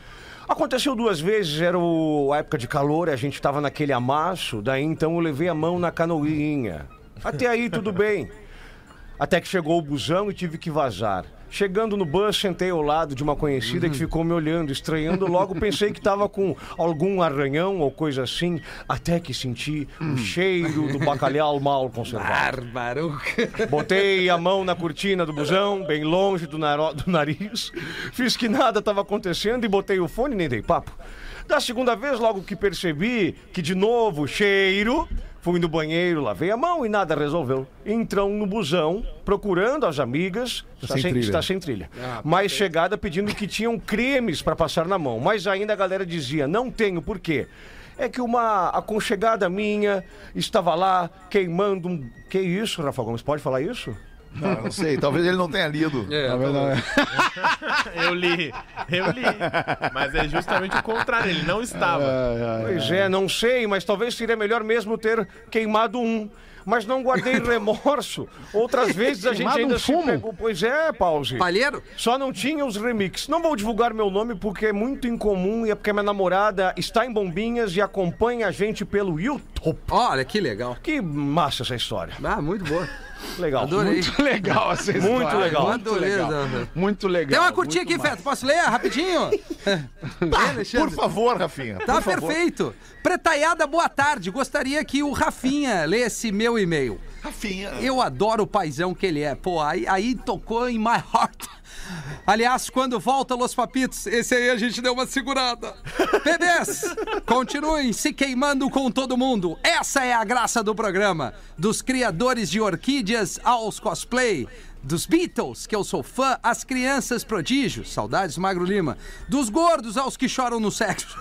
Aconteceu duas vezes, era o- a época de calor, a gente tava naquele amasso, daí então eu levei a mão na canoinha. Até aí tudo bem. Até que chegou o busão e tive que vazar. Chegando no bus, sentei ao lado de uma conhecida que ficou me olhando, estranhando. Logo pensei que estava com algum arranhão ou coisa assim, até que senti o cheiro do bacalhau mal conservado.
Bárbaro.
Botei a mão na cortina do busão, bem longe do, naro- do nariz. Fiz que nada estava acontecendo e botei o fone e nem dei papo. Da segunda vez, logo que percebi que de novo cheiro, fui no banheiro, lavei a mão e nada resolveu. Entrão no busão, procurando as amigas. Está sem,
trilha.
está sem trilha. Mais chegada pedindo que tinham cremes para passar na mão. Mas ainda a galera dizia: não tenho, por quê? É que uma aconchegada minha estava lá queimando um. Que isso, Rafa Gomes? Pode falar isso?
Não, não sei, talvez ele não tenha lido.
Eu li, eu li. Mas é justamente o contrário, ele não estava.
Pois é, não sei, mas talvez seria melhor mesmo ter queimado um. Mas não guardei remorso. Outras vezes a gente
Queimado
ainda
um
se
fumo?
pegou. Pois é, pause.
Palheiro?
Só não tinha os remix. Não vou divulgar meu nome porque é muito incomum e é porque minha namorada está em bombinhas e acompanha a gente pelo YouTube.
Olha, que legal.
Que massa essa história.
Ah, muito boa.
Legal.
Adorei.
Muito legal essa história.
Muito legal.
Muito
Adorei,
legal.
Dana.
Muito legal.
Uhum. Tem uma curtinha
muito
aqui, Feto. Posso ler rapidinho? Lê,
Por
Alexandre.
favor, Rafinha.
Tá
por favor.
perfeito. Pretaiada, boa tarde. Gostaria que o Rafinha lesse meu e-mail.
Rafinha.
Eu adoro o paizão que ele é. Pô, aí, aí tocou em my heart. Aliás, quando volta Los Papitos, esse aí a gente deu uma segurada. Bebês, continuem se queimando com todo mundo. Essa é a graça do programa. Dos criadores de orquídeas aos cosplay. Dos Beatles, que eu sou fã, às crianças prodígio, saudades Magro Lima. Dos gordos aos que choram no sexo.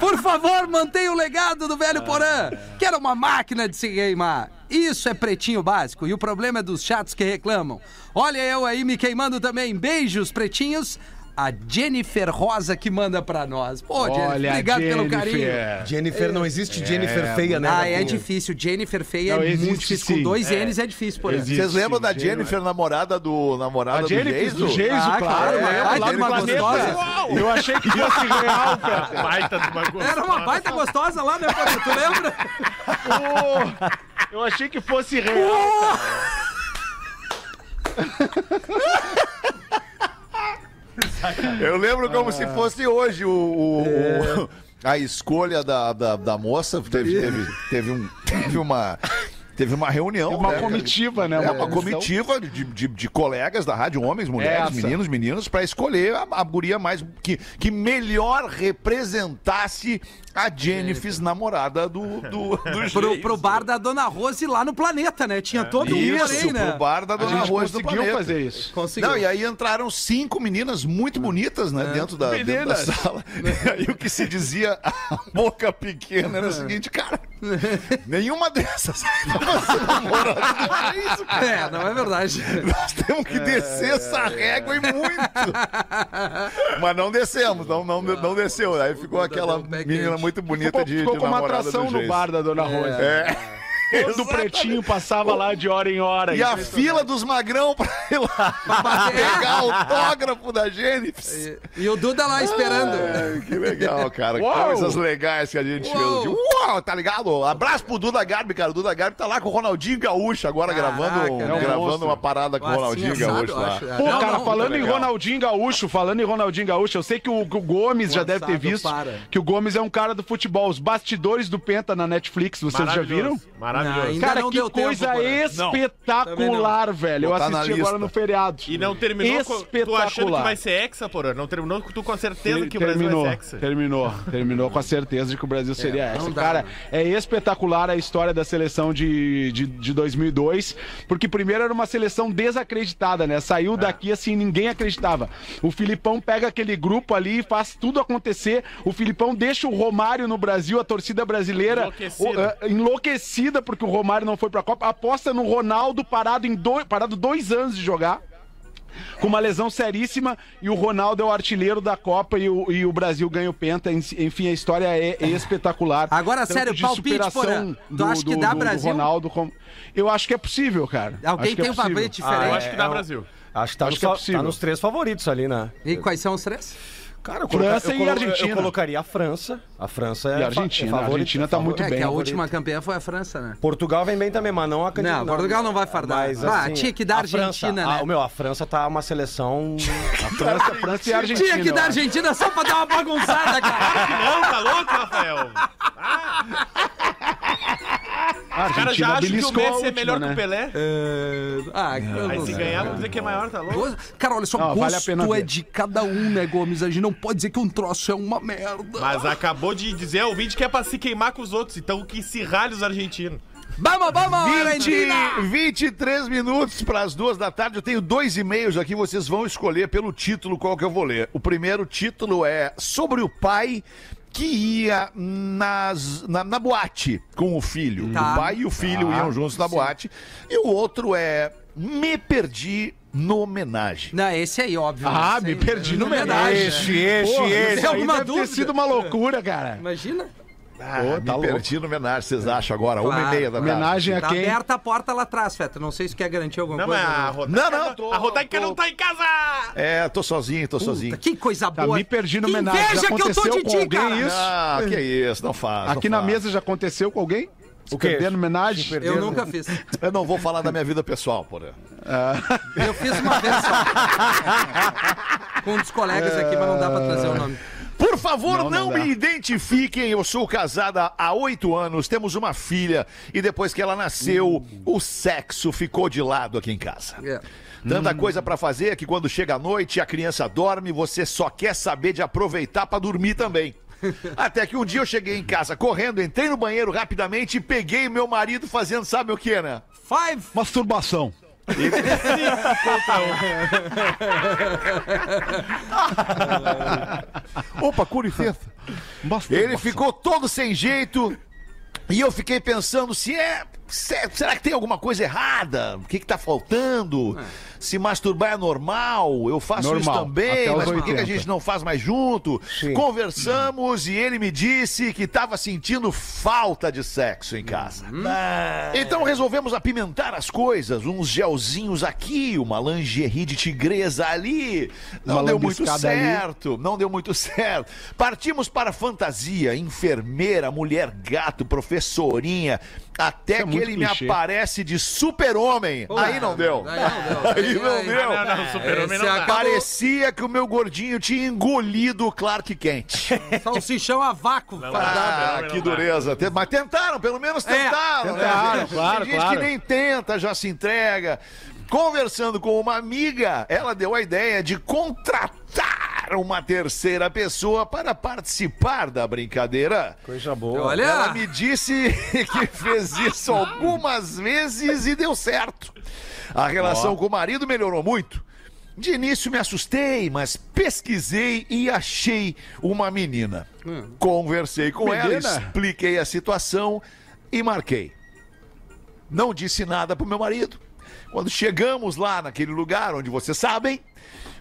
Por favor, mantenha o legado do velho Porã. Quero uma máquina de se queimar. Isso é pretinho básico e o problema é dos chatos que reclamam. Olha eu aí me queimando também. Beijos, pretinhos. A Jennifer Rosa que manda pra nós. Pô, Jennifer,
Olha,
obrigado pelo
Jennifer.
carinho.
Jennifer, não existe Jennifer feia, né?
Ah,
Rafinha?
é difícil. Jennifer feia
Não,
é muito
existe
difícil.
sim.
Com dois
É.
N's é difícil, por exemplo.
Vocês lembram da
Jennifer,
Jennifer, namorada do namorada
A Jennifer
do
do
Geiso?
Geiso,
Ah, claro,
claro.
é.
ela
Ai,
lá
que
no
uma
planeta.
gostosa.
Eu achei que fosse real, cara.
Baita de uma gostosa.
Era uma baita gostosa lá, né, Porã? Tu lembra?
Ah.
Pô, eu achei que fosse real.
Eu lembro como se fosse hoje o. o- o- a escolha da, da, da moça teve, teve, teve, um, teve uma. Teve uma reunião.
É Uma
né?
comitiva, né?
É uma
comissão.
comitiva de, de, de colegas da rádio, homens, mulheres,
Essa.
meninos, meninas, pra escolher a, a guria mais que, que melhor representasse a Jennifer, namorada do do, do
Pro,
Geiso.
pro bar da Dona Rose lá no planeta, né? Tinha todo um
Isso,
porém, né?
pro bar da
A
Dona
gente
Rose do
conseguiu
planeta.
fazer isso.
Conseguiu.
Não, e aí entraram cinco meninas muito bonitas, né, dentro, da, dentro da
Meninas.
sala. E aí o que se dizia a boca pequena era o seguinte, cara, nenhuma dessas tava se namorando. É isso, cara.
É, não é verdade.
Nós temos que descer essa régua e muito. Mas não descemos, não, não, não desceu. Aí ficou aquela
deu um pé
menina
quente.
muito bonita
Ficou,
de,
ficou
de
com uma
namorada do
atração no
Jason.
bar né? da Dona Rosa.
É.
Todo pretinho passava lá de hora em hora.
E a fila dos magrão pra ir lá
bater.
pegar o autógrafo da Jennifer.
E o Duda lá esperando.
É.
Ai, que legal, cara.
Uau.
Coisas legais que a gente
Uau.
fez. Uau, tá ligado? Abraço pro Duda Garbi, cara. O Duda Garbi tá lá com o Ronaldinho Gaúcho agora
Caraca,
gravando,
né?
um-
É um
gravando
monstro.
uma parada com o
Assim,
Ronaldinho
assado,
Gaúcho
eu
lá.
acho.
Pô,
Não,
cara,
não,
falando
tá
em
legal.
Ronaldinho Gaúcho, falando em Ronaldinho Gaúcho, eu sei que o, o Gomes já deve ter
assado,
visto
para.
que o Gomes é um cara do futebol. Os bastidores do Penta na Netflix, vocês já viram?
Maravilhoso, Maravilhoso.
Não, Ainda
Cara,
não
que
deu tempo,
coisa
Porã. Não,
espetacular, velho. Eu
Botar na
assisti
lista.
agora no feriado.
E não terminou com, tu achando que
Espetacular.
vai ser hexa, porra. Não terminou com tu com a certeza
Ele
que o Brasil é
terminou,
vai ser hexa.
terminou, terminou com a certeza de que o Brasil seria essa.
É, não dá,
Cara,
né?
é espetacular a história da seleção de, de, de 2002, porque primeiro era uma seleção desacreditada, né? Saiu
É.
daqui assim, ninguém acreditava. O Filipão pega aquele grupo ali e faz tudo acontecer. O Filipão deixa o Romário no Brasil, a torcida brasileira
Enlouquecida.
o- é, enlouquecida porque o Romário não foi pra Copa. Aposta no Ronaldo parado, em dois, parado dois anos de jogar. com uma lesão seríssima, e o Ronaldo é o artilheiro da Copa e o, e o Brasil ganha o Penta. Enfim, a história é, é espetacular.
Agora, sério,
de
palpite,
superação
Porã. Tu
do-
acha que
do-
dá
do- do
Brasil?
Ronaldo como- Eu acho que é possível, cara.
Alguém
Acho que
tem
é
um
possível.
favorito
Eu
diferente?
acho que dá Brasil.
Acho que tá,
Acho
nos,
que é
fa-
possível.
tá nos três favoritos ali, né?
E quais são os três?
Cara, eu
França
eu
e
colo-
Argentina.
Eu colocaria a França. A França é
E a
fa-
Argentina,
é
a Argentina tá
favorita.
muito
é,
bem.
que a
favorito.
última campeã foi a França, né?
Portugal vem bem também, mas não a
Não, Portugal não vai fardar. Bah,
assim,
tinha que dar
a
Argentina,
França,
né?
Ah, o meu, a França tá uma seleção. A França
França, França e Argentina.
Tinha que
eu
dar
acho.
Argentina né? só pra dar uma bagunçada, cara.
Não, tá louco, Rafael?
A
O cara
Argentina
já acha que o
beliscou a
Messi é
última,
melhor que
né?
o Pelé.
Ah, que
Aí se ganhar, vão dizer que é maior, tá louco?
Gosto- Cara, olha só,
Não,
gosto
vale a pena
é
ver.
de cada um, né, Gomes? A gente não pode dizer que um troço é uma merda.
Mas acabou de dizer ao vídeo que é pra se queimar com os outros, então que se ralhe os argentinos.
Vamos, vamos, Argentina!
20, 23 minutos para as duas da tarde. Eu tenho dois e-mails aqui. Vocês vão escolher pelo título qual que eu vou ler. O primeiro título é Sobre o Pai que ia nas, na, na boate com o filho.
Tá.
O pai e o filho iam juntos na boate. E o outro é Me Perdi no Homenagem.
Não, esse aí, óbvio. né?
Ah,
esse
me
aí,
perdi no
é verdade. né?
homenagem.
Esse, esse,
Porra,
esse.
isso aí
Alguma
deve ter
dúvida?
sido uma loucura, cara.
Imagina?
Ah,
Pô,
me
tá louco.
perdi no homenagem, vocês acham agora? Uma
Claro.
e meia da tarde.
Homenagem a
Tá
quem?
aberta a porta lá atrás, Feta. Não sei se quer garantir alguma
Não, mas
coisa.
a
né?
Rodaica,
Não, não, tô-
a Rodaica não tá em casa!
É, tô sozinho, tô sozinho.
Que coisa
Tá,
boa.
me perdi no
Que
homenagem.
Inveja que eu tô
Aconteceu
de
com
ti,
alguém
cara.
isso?
Ah, que isso, não faz.
Aqui
não
na
faz.
mesa já aconteceu com alguém? O
quê?
Perdendo homenagem?
Super-
Eu nunca fiz.
Eu não vou falar da minha vida pessoal, porra.
Eu fiz uma vez só. Com um dos colegas aqui, mas não dá pra trazer o nome.
Por favor, não,
Não, não dá.
me identifiquem. Eu sou casada há oito anos, temos uma filha e depois que ela nasceu, o sexo ficou de lado aqui em casa.
É.
Tanta coisa pra fazer que quando chega a noite a criança dorme, você só quer saber de aproveitar pra dormir também. Até que um dia eu cheguei em casa correndo, entrei no banheiro rapidamente e peguei meu marido fazendo sabe o que, né?
Five.
Masturbação.
Opa, com licença. Ele ficou todo sem jeito. E eu fiquei pensando se é. se- será que tem alguma coisa errada? O que, que tá faltando? Se masturbar é normal, eu faço isso
Normal,
também,
até os
mas por que, que a
80?
gente não faz mais junto?
Sim.
Conversamos e ele me disse que estava sentindo falta de sexo em casa. Então resolvemos apimentar as coisas, uns gelzinhos aqui, uma lingerie de tigresa ali. Não
Uma
deu muito
lambiscada ali.
certo certo, não deu muito certo. Partimos para a fantasia, enfermeira, mulher gato, professorinha, até
é
que
muito
ele
clichê.
me aparece de super-homem. Aí não deu.
Aí não deu.
Aí não deu.
Não, não, o super-homem
Esse
não tá.
é
dá.
acabou.
Parecia que o meu gordinho tinha engolido o Clark Kent.
Salsichão a vácuo.
Não,
cara.
Ah,
Super-homem
que
não dá.
dureza. Te- Mas tentaram, pelo menos
É,
tentaram. né?
tentaram, claro,
Tem gente
claro.
que nem tenta, já se entrega. Conversando com uma amiga, ela deu a ideia de contratar uma terceira pessoa para participar da brincadeira.
Coisa boa.
Olha.
Ela me disse que fez isso algumas vezes e deu certo. A relação com o marido melhorou muito. De início me assustei, mas pesquisei e achei uma menina. Conversei com ela,
Menina?
expliquei a situação e marquei. Não disse nada pro meu marido. Quando chegamos lá naquele lugar onde vocês sabem,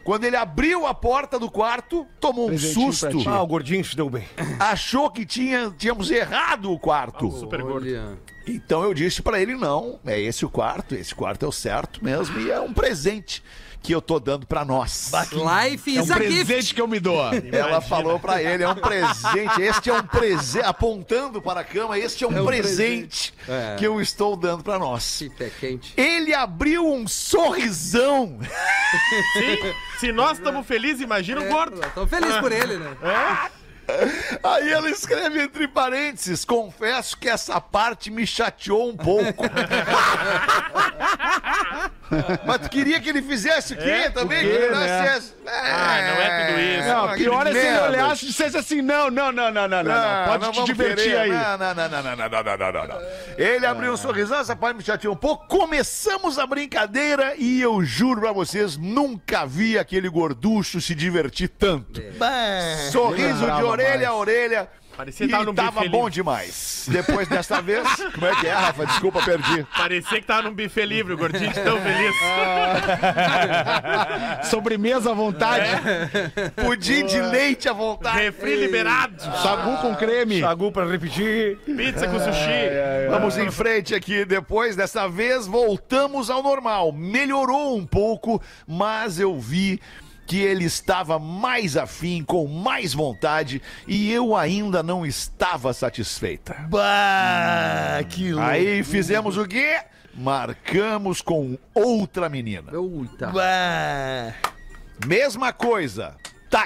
quando ele abriu a porta do quarto, tomou um
Presentinho pra
susto.
ti.
Ah, o gordinho se deu bem.
Achou que tinha, tínhamos errado o quarto.
Super gordo.
Olha.
Então eu disse pra ele: não, é esse o quarto, esse quarto é o certo mesmo, e é um presente que eu tô dando pra nós.
Life
É um
is a gift.
presente que eu me dou.
Ela falou pra ele: é um presente, este é um presente, apontando para a cama, este é um, presente, É. que eu estou dando pra nós.
Que pé quente.
Ele abriu um sorrisão.
Sim, se nós estamos felizes, imagina o gordo.
Tô feliz por ele, né?
Aí ela escreve entre parênteses: confesso que essa parte me chateou um pouco. Mas tu queria que ele fizesse o quê
É,
também? Que ele olhasse- É, Ah,
Ah, não é tudo isso.
né? Não,
que
pior é se ele
merda.
olhasse e dissesse assim: não, não, não, não, não, não, não. Pode te
vamos
divertir
querer.
aí.
Não, não, não, não, não, não, não, não, não, não. Ele abriu um sorrisão, essa parte me chateou um pouco. Começamos a brincadeira e eu juro pra vocês, nunca vi
É.
aquele gorducho se divertir tanto. Sorriso de
lembrava
orelha a orelha.
Parecia que tava
E
num
tava
buffet
bom
livre.
demais. Depois dessa vez, como é que é, Rafa? Desculpa, perdi.
Parecia que tava num buffet livre, o gordinho de tão feliz.
Sobremesa à vontade.
Pudim de leite à vontade.
Refri liberado.
Sagu com creme.
Sagu pra repetir.
Pizza com sushi.
Vamos em frente aqui. Depois dessa vez, voltamos ao normal. Melhorou um pouco, mas eu vi que ele estava mais afim, com mais vontade, e eu ainda não estava satisfeita.
Bah, que louco.
Aí fizemos o quê? Marcamos com outra menina.
Puta.
Bah.
Mesma coisa.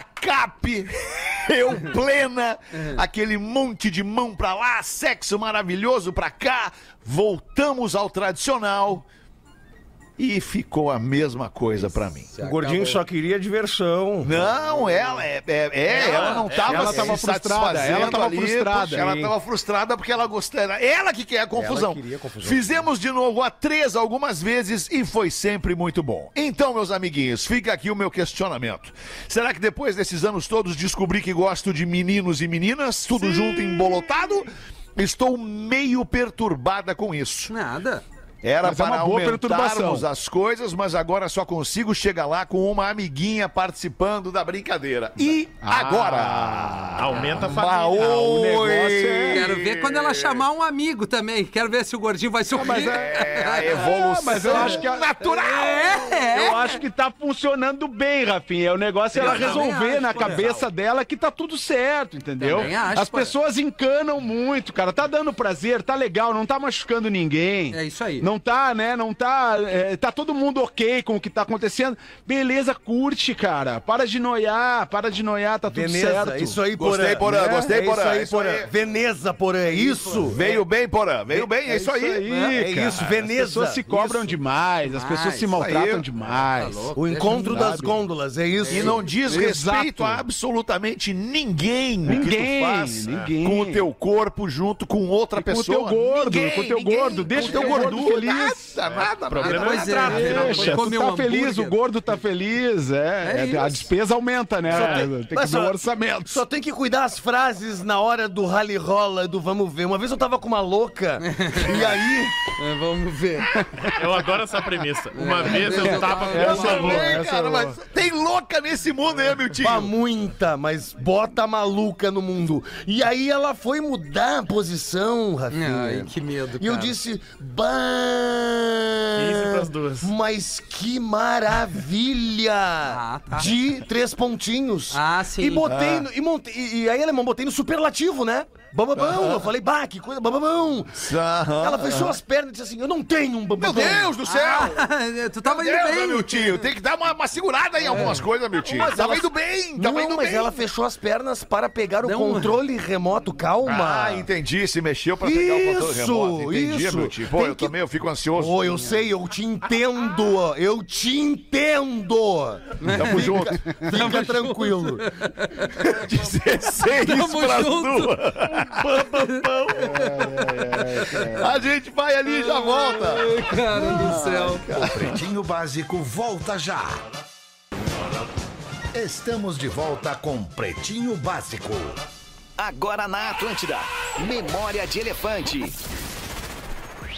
Tacape, eu plena, aquele monte de mão pra lá, sexo maravilhoso pra cá. Voltamos ao tradicional e ficou a mesma coisa pra mim.
O gordinho só queria diversão.
Não, ela é, é- é, ela, não tava,
ela
se
tava frustrada,
satisfazendo
ela tava
ali,
frustrada,
poxa, Ela
hein?
tava frustrada porque ela gostava. Ela que quer a confusão.
queria confusão.
Fizemos de novo a três algumas vezes e foi sempre muito bom. Então, meus amiguinhos, fica aqui o meu questionamento. Será que depois desses anos todos descobri que gosto de meninos e meninas, tudo junto embolotado? Estou meio perturbada com isso.
Nada.
Era
Mas é
para
uma boa
aumentarmos
perturbação.
as coisas, mas agora só consigo chegar lá com uma amiguinha participando da brincadeira. E
Ah,
agora?
Aumenta a
Bah,
família.
o
negócio
é-
Quero ver quando ela chamar um amigo também. Quero ver se o gordinho vai Tá sorrir.
É a evolução
mas eu acho que a-
natural.
É,
Eu acho que tá funcionando bem, Rafinha. O negócio é ela
também
resolver
acho,
na
pô.
cabeça dela que tá tudo certo, entendeu?
Também acho,
As
pô.
pessoas encanam muito, cara. Tá dando prazer, tá legal, não tá machucando ninguém.
É isso aí.
Não tá, né? Não tá. é, tá todo mundo ok com o que tá acontecendo. Beleza, curte, cara. Para de noiar, para de noiar, tá tudo
Veneza,
certo.
isso aí, Porã.
Gostei, Porã,
né?
gostei,
É
Porã,
Isso aí,
isso aí.
Porã. Veneza, Porã, é isso?
Veio bem, Porã. Veio bem, é, isso aí.
né? É
cara.
isso,
As pessoas
Veneza.
se cobram demais, as pessoas
Isso
se
aí.
maltratam demais.
O encontro das gôndolas, é isso?
E não diz
Exato.
respeito a absolutamente ninguém, o que tu
Ninguém,
faz
ninguém.
com o teu corpo junto com outra
Com o
pessoa.
teu gordo,
Ninguém,
com o teu
ninguém,
gordo, deixa o
com
teu gordo feliz.
Nada, nada,
problema
nada.
Pois é,
Trato,
afinal,
Deixa,
comer
tu
um
tá
hambúrguer.
feliz, o gordo tá feliz,
É
é. é, a
isso.
despesa aumenta, né? Tem, que
mas
ver o
só-
orçamento.
Só tem que cuidar as frases na hora do rally rola, do vamos ver. Uma vez eu tava com uma louca, e aí.
É, Vamos ver.
Eu adoro essa premissa. Uma vez eu tava com um
Essa
uma
é boa.
louca.
Ei, cara, mas tem louca nesse mundo, hein, meu tio?
Pá, ah, muita, mas bota maluca no mundo. E aí ela foi mudar a posição, Rafinha.
Ai, que medo,
E eu
cara.
disse, bah,
15 pras duas.
mas que maravilha
Ah, tá.
de três pontinhos.
Ah, sim.
E botei, no- e, montei, e, e aí, alemão, botei no superlativo, né? Bababão, eu falei, bah, que coisa, bababão.
Aham.
Ela fechou as pernas e disse assim, eu não tenho um
Meu
bababão.
Deus do céu!
Ah, tu tava indo
Meu Deus,
bem.
meu tio, tem que dar uma, uma segurada em algumas coisas, meu tio.
É. Mas
tava
ela-
indo bem,
Não,
tava indo
mas
bem.
ela fechou as pernas para pegar o
Não.
controle remoto. Calma.
Ah, entendi, se mexeu pra pegar o controle
Isso,
remoto. Entendi,
isso.
meu tio. Pô,
Tem
eu
que-
também eu fico ansioso.
Ô, eu sei, eu te entendo. Eu te entendo.
Tamo junto.
Fica tranquilo.
16
Tamo
pras
junto.
duas.
É,
A gente vai ali e já volta.
Cara do céu.
Pretinho Básico volta já. Estamos de volta com Pretinho Básico.
Agora na Atlântida. Memória de Elefante.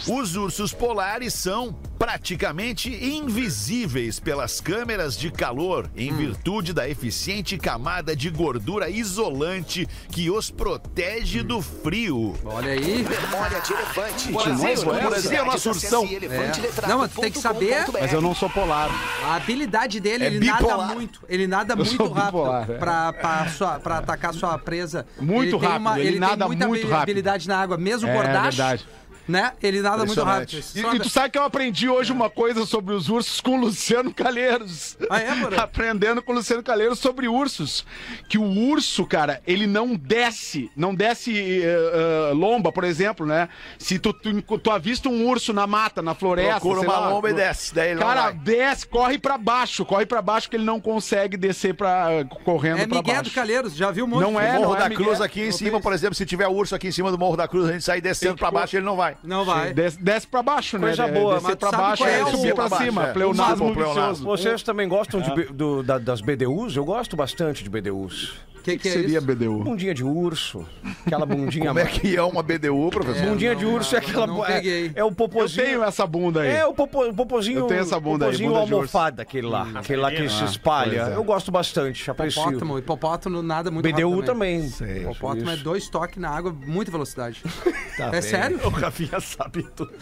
Os ursos polares são praticamente invisíveis pelas câmeras de calor em
Hum.
virtude da eficiente camada de gordura isolante que os protege
Hum.
do frio.
Olha aí.
Memória de Elefante.
Por exemplo, por exemplo, nosso ursão.
É.
Não, mas tu tem que saber-
Mas eu não sou polar.
A habilidade dele,
É
ele
bipolar.
nada muito. Ele nada
Eu
muito
sou
rápido
bipolar, é.
pra, pra, sua- pra atacar sua presa.
Muito
tem
rápido, ele nada muito
habili-
rápido.
habilidade na água, mesmo
É,
bordacho.
verdade.
Né? Ele nada muito
Impressionante.
rápido.
E,
Só-
e tu sabe que eu aprendi hoje uma coisa sobre os ursos com o Luciano Calheiros.
Ah, é, Porã?
Tá Aprendendo com o Luciano Calheiros sobre ursos. Que o urso, cara, ele não desce, não desce eh, eh, lomba, por exemplo, né? Se tu, tu, tu avista um urso na mata, na floresta.
Procura
sei
uma
lá,
lomba e desce, daí ele não
Cara,
vai.
desce, corre pra baixo, corre pra baixo que ele não consegue descer pra, correndo
É
pra
Miguel
baixo.
do Calheiros, já viu um monte
Não
O
é,
Morro
não
da
é, Miguel.
Cruz aqui em
Não
cima,
tem-
por exemplo, se tiver urso aqui em cima do Morro da Cruz, a gente sair descendo
que
pra
pôr-
baixo, ele não vai.
Não vai.
Desce, desce pra baixo, né?
Coisa boa,
Descer
mas
pra
sabe
baixo
qual
e
é o-
subir
pra
pra
baixo,
cima.
é.
Pleonasmo
Desculpa, pleonasmo.
vicioso.
Ah.
Vocês também gostam de, B- do- da- das BDUs? Eu gosto bastante de BDUs.
que, que é
Seria
isso?
BDU.
Bundinha de urso. Aquela bundinha.
Como é que é uma BDU, professor? Um
Bundinha
não,
de urso é
não,
aquela.
não
é,
peguei.
é o
Eu
popozinho.
tenho essa bunda aí.
É, o popo, o popozinho.
Eu tenho essa bunda aí,
popozinho
bunda de urso.
almofada, aquele lá. aquele lá que se espalha.
é.
Eu gosto bastante, aprecio.
Hipopótamo, hipopótamo, nada muito
BDU
rápido
também.
Hipopótamo é
Isso.
dois toques na água, muita velocidade. é sério?
O Rafinha sabe tudo.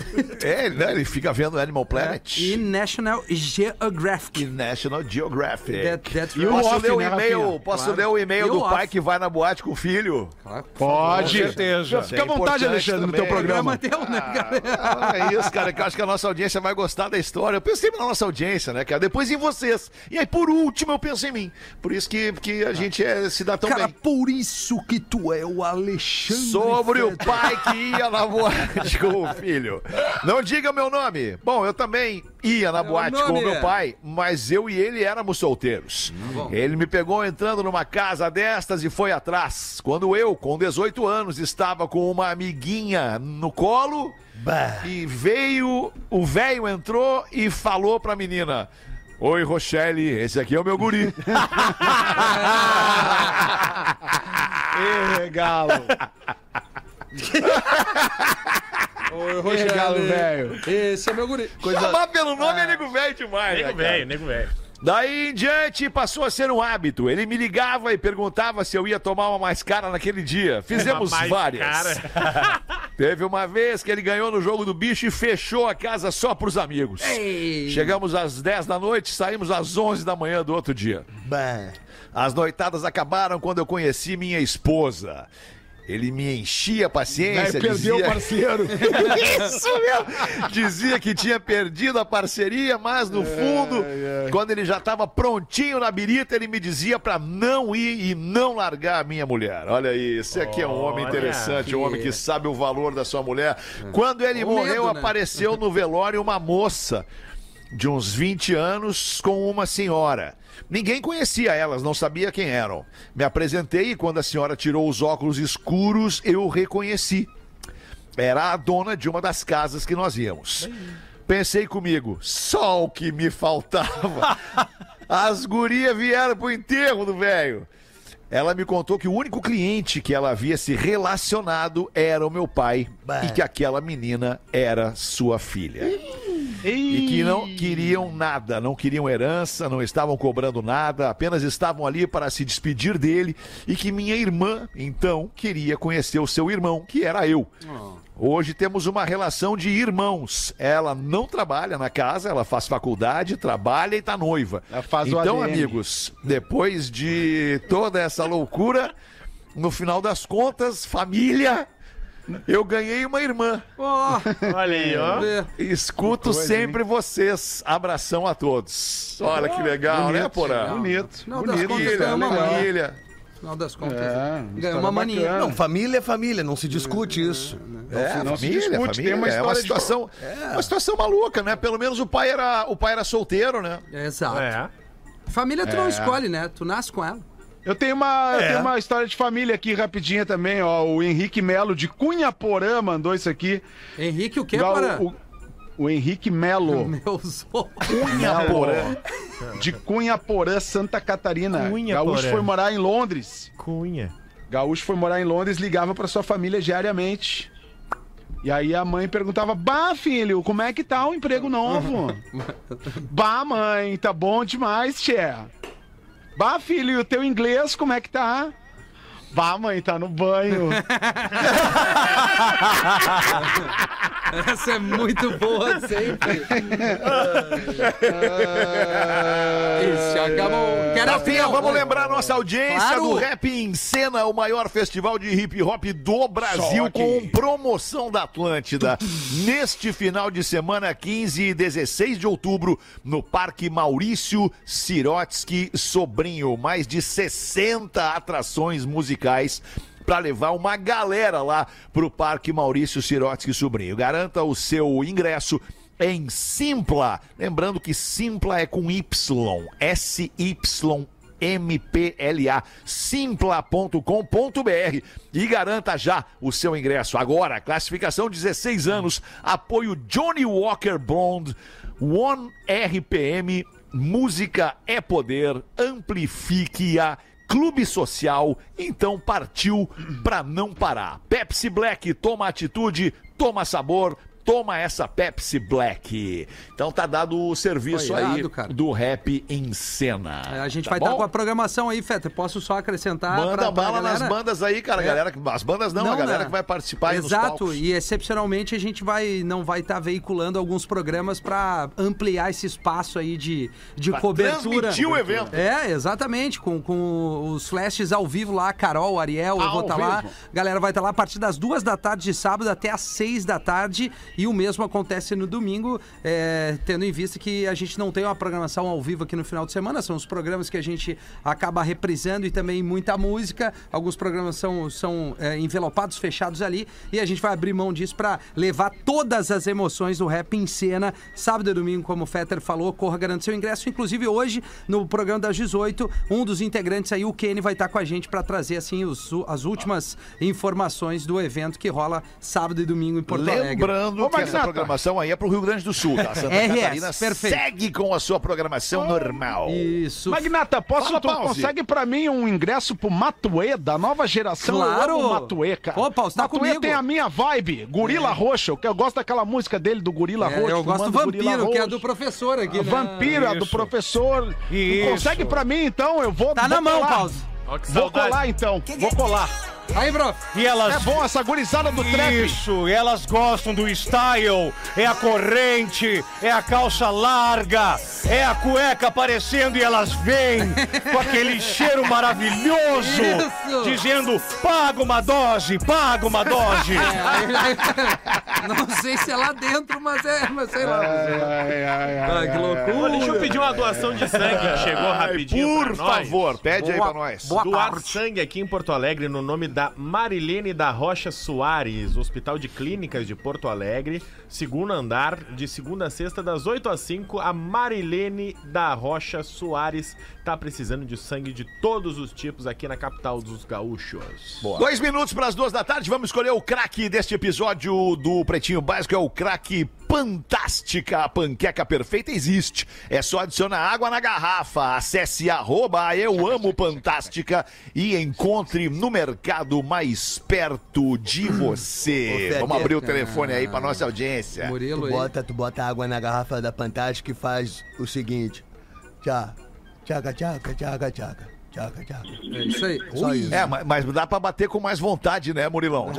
É, né? Ele fica vendo Animal Planet
É. E National
e
Geographic.
National Geographic.
That- that's
E o
right.
Posso
off,
ler o
né,
e-mail?
Rafinha?
Posso
Claro.
ler o e-mail
E
do
o
pai
off.
que vai na boate com o filho?
Claro.
Pode.
Com certeza.
Fica à
É
vontade,
importante
Alexandre, no teu
também.
programa.
Programa teu, né, cara?
Ah, é isso, cara, que eu acho que a nossa audiência vai gostar da história. Eu pensei na nossa audiência, né, cara? Depois em vocês. E aí, por último, eu penso em mim. Por isso que, que a gente é- se dá tão
Cara,
bem.
por isso que tu é o Alexandre.
Sobre o pai que ia na boate com o filho. Não diga meu nome. Bom, eu também ia na
Meu
boate com
nome
o meu
é- Tá
pai, mas eu e ele éramos solteiros. Ele me pegou entrando numa casa destas e foi atrás. Quando eu, com 18 anos, estava com uma amiguinha no colo. E veio, o velho entrou e falou pra menina: Oi, Rochelle, esse aqui é o meu guri.
Ê, regalo.
Oi,
Regalo, velho.
Esse é meu guri.
Chamar pelo nome é nego velho demais, né,
Ah. Nego
cara?
velho, nego velho.
Daí em diante passou a ser um hábito. Ele me ligava e perguntava se eu ia tomar uma mais cara naquele dia. Fizemos
Uma mais
várias.
cara.
Teve uma vez que ele ganhou no jogo do bicho e fechou a casa só pros amigos. Chegamos às 10 da noite, saímos às 11 da manhã do outro dia. As noitadas acabaram quando eu conheci minha esposa. Ele me enchia a paciência,
Aí perdeu o
dizia...
parceiro.
Isso mesmo! Dizia que tinha perdido a parceria, mas no fundo, quando ele já estava prontinho na birita, ele me dizia pra não ir e não largar a minha mulher. Olha aí, esse aqui é um homem
Olha
interessante, um
que-
homem que sabe o valor da sua mulher. Quando ele
O
morreu,
medo, né?
apareceu no velório uma moça de uns 20 anos com uma senhora. Ninguém conhecia elas, não sabia quem eram. Me apresentei e quando a senhora tirou os óculos escuros, eu reconheci. Era a dona de uma das casas que nós íamos. Pensei comigo, só o que me faltava. As gurias vieram pro enterro do velho. Ela me contou que o único cliente que ela havia se relacionado era o meu pai e que aquela menina era sua filha. E que não queriam nada, não queriam herança, não estavam cobrando nada, apenas estavam ali para se despedir dele e que minha irmã, então, queria conhecer o seu irmão, que era eu.
Ah.
Hoje temos uma relação de irmãos. Ela não trabalha na casa, ela faz faculdade, trabalha e tá noiva.
Ela faz o
então,
ADM.
amigos, depois de toda essa loucura, no final das contas, família, eu ganhei uma irmã.
Ó, é.
Olha aí, ó.
Escuto sempre vocês. Abração a todos. Olha que legal, né, Porã?
Ah, Bonito.
Não, das
bonito.
contas,
Família,
é uma
legal.
mãe.
família.
final das contas. né?
É,
ganhou
história
uma maninha.
bacana.
Não,
Não, família é família, não se discute isso.
É,
não se
família,
discute,
família.
tem uma
é uma
história de-
situação, uma situação maluca, né? Pelo menos o pai era, o pai era solteiro, né?
Exato.
É.
Família tu não escolhe, né? Tu nasce com ela.
Eu tenho uma, eu
É.
tenho uma história de família aqui rapidinha também, ó. O Henrique Melo de Cunha Porã mandou isso aqui.
Henrique, o quê,
Gal-
para?
o, o Henrique Melo
Meus
Cunha Porã.
de Cunha Porã, Santa Catarina.
Cunha
Gaúcho
Porã.
foi morar em Londres.
Cunha.
Gaúcho foi morar em Londres, ligava pra sua família diariamente. E aí a mãe perguntava: "Bah, filho, como é que tá o emprego novo?" "Bah, mãe, tá bom demais, tchê." "Bah, filho, e o teu inglês como é que tá?" "Bah, mãe, tá no banho."
Essa é muito boa sempre. Esse acabou. Quero
Rafinha,
avião.
vamos lembrar a nossa audiência
Claro.
do Rap em Cena, o maior festival de hip hop do Brasil, com promoção da Atlântida. Neste final de semana, 15 e 16 de outubro, no Parque Maurício Sirotsky Sobrinho. Mais de 60 atrações musicais para levar uma galera lá pro Parque Maurício Sirotsky Sobrinho. Garanta o seu ingresso em Simpla. Lembrando que Simpla é com Y, S-Y. MPLA, simpla.com.br e garanta já o seu ingresso. Agora, classificação 16 anos, apoio Johnny Walker Blonde, One RPM, música é poder, amplifique-a clube social, então partiu pra não parar. Pepsi Black, toma atitude, toma sabor, toma essa Pepsi Black. Então tá dado o serviço
Foi irado,
aí
cara.
do rap em cena.
É, A gente
Tá
vai estar
bom?
com a programação aí, Feta. Posso só acrescentar?
Manda
pra- pra
bala nas
galera?
bandas aí, cara.
É.
Galera, que- as bandas não, a galera
né?
que vai participar aí nos
Exato,
palcos.
e excepcionalmente a gente vai não vai estar veiculando alguns programas para ampliar esse espaço aí de, de
Pra
cobertura.
transmitir o evento.
É, exatamente, com, com os flashes ao vivo lá, Carol, Ariel, eu vou
Ao
estar lá.
vivo.
Galera vai estar lá a partir das duas da tarde de sábado até às seis da tarde e o mesmo acontece no domingo, é, tendo em vista que a gente não tem uma programação ao vivo aqui no final de semana, são os programas que a gente acaba reprisando e também muita música. Alguns programas são, são é, envelopados, fechados ali e a gente vai abrir mão disso para levar todas as emoções do rap em cena. Sábado e domingo, como o Fetter falou, corra garante seu ingresso. Inclusive hoje, no programa das 18, um dos integrantes aí, o Kenny, vai estar com a gente para trazer assim os- as últimas informações do evento que rola sábado e domingo em Porto Alegre.
Lembrando que essa programação aí é pro Rio Grande do Sul, tá? Santa
RS,
Catarina
perfeito.
segue com a sua programação normal.
Isso.
Magnata, posso
Fala,
tu
Pause.
consegue pra mim um ingresso pro Matuê da nova geração?
Claro.
Eu amo o Matuê, cara.
Ô, Pause, tá
Matuê
comigo.
tem a minha vibe, Gorila Roxo, que eu gosto daquela música dele do Gorila
É,
Roxo.
eu gosto do
fumando Gorila
Vampiro, que é
Roxo.
do professor aqui.
A
né?
Vampira do
Isso.
professor. Tu
Isso.
Consegue pra mim então? Eu vou
Tá na
vou
mão,
colar.
Pause.
Ó, que
Vou
saudade.
colar então, vou
é
colar.
Aí, bro.
E elas
É bom essa gurizada do trap.
Isso, elas gostam do style, é a corrente, é a calça larga, é a cueca aparecendo e elas vêm com aquele cheiro maravilhoso,
Isso.
dizendo: paga uma dose, paga uma dose.
Não sei se é lá dentro, mas é, mas sei lá.
Ai, ai,
Ah,
ai.
que
Ô, deixa eu
loucura.
pedir uma doação de sangue que chegou rapidinho.
Por
pra nós.
favor, pede aí pra nós.
Boa
Doar
tarde.
sangue aqui em Porto Alegre no nome da Marilene da Rocha Soares, Hospital de Clínicas de Porto Alegre, segundo andar, de segunda a sexta, das 8 às 5. A Marilene da Rocha Soares tá precisando de sangue de todos os tipos aqui na capital dos gaúchos. Boa.
Dois minutos para as duas da tarde, vamos escolher o craque deste episódio do Pretinho Básico, é o craque Fantástica, a panqueca perfeita existe. É só adicionar água na garrafa. Acesse arroba Eu Amo Fantástica e encontre no mercado mais perto de você.
Ô,
Vamos abrir o
Fetter.
telefone aí para nossa audiência.
Murilo
Tu
aí.
bota, tu bota água na garrafa da Fantástica e faz o seguinte. Tchá, tchaca, tchaca, tchaca, tchaca, tchaca, tchaca.
É isso aí.
Só isso.
É, mas, mas dá pra bater com mais vontade, né, Murilão?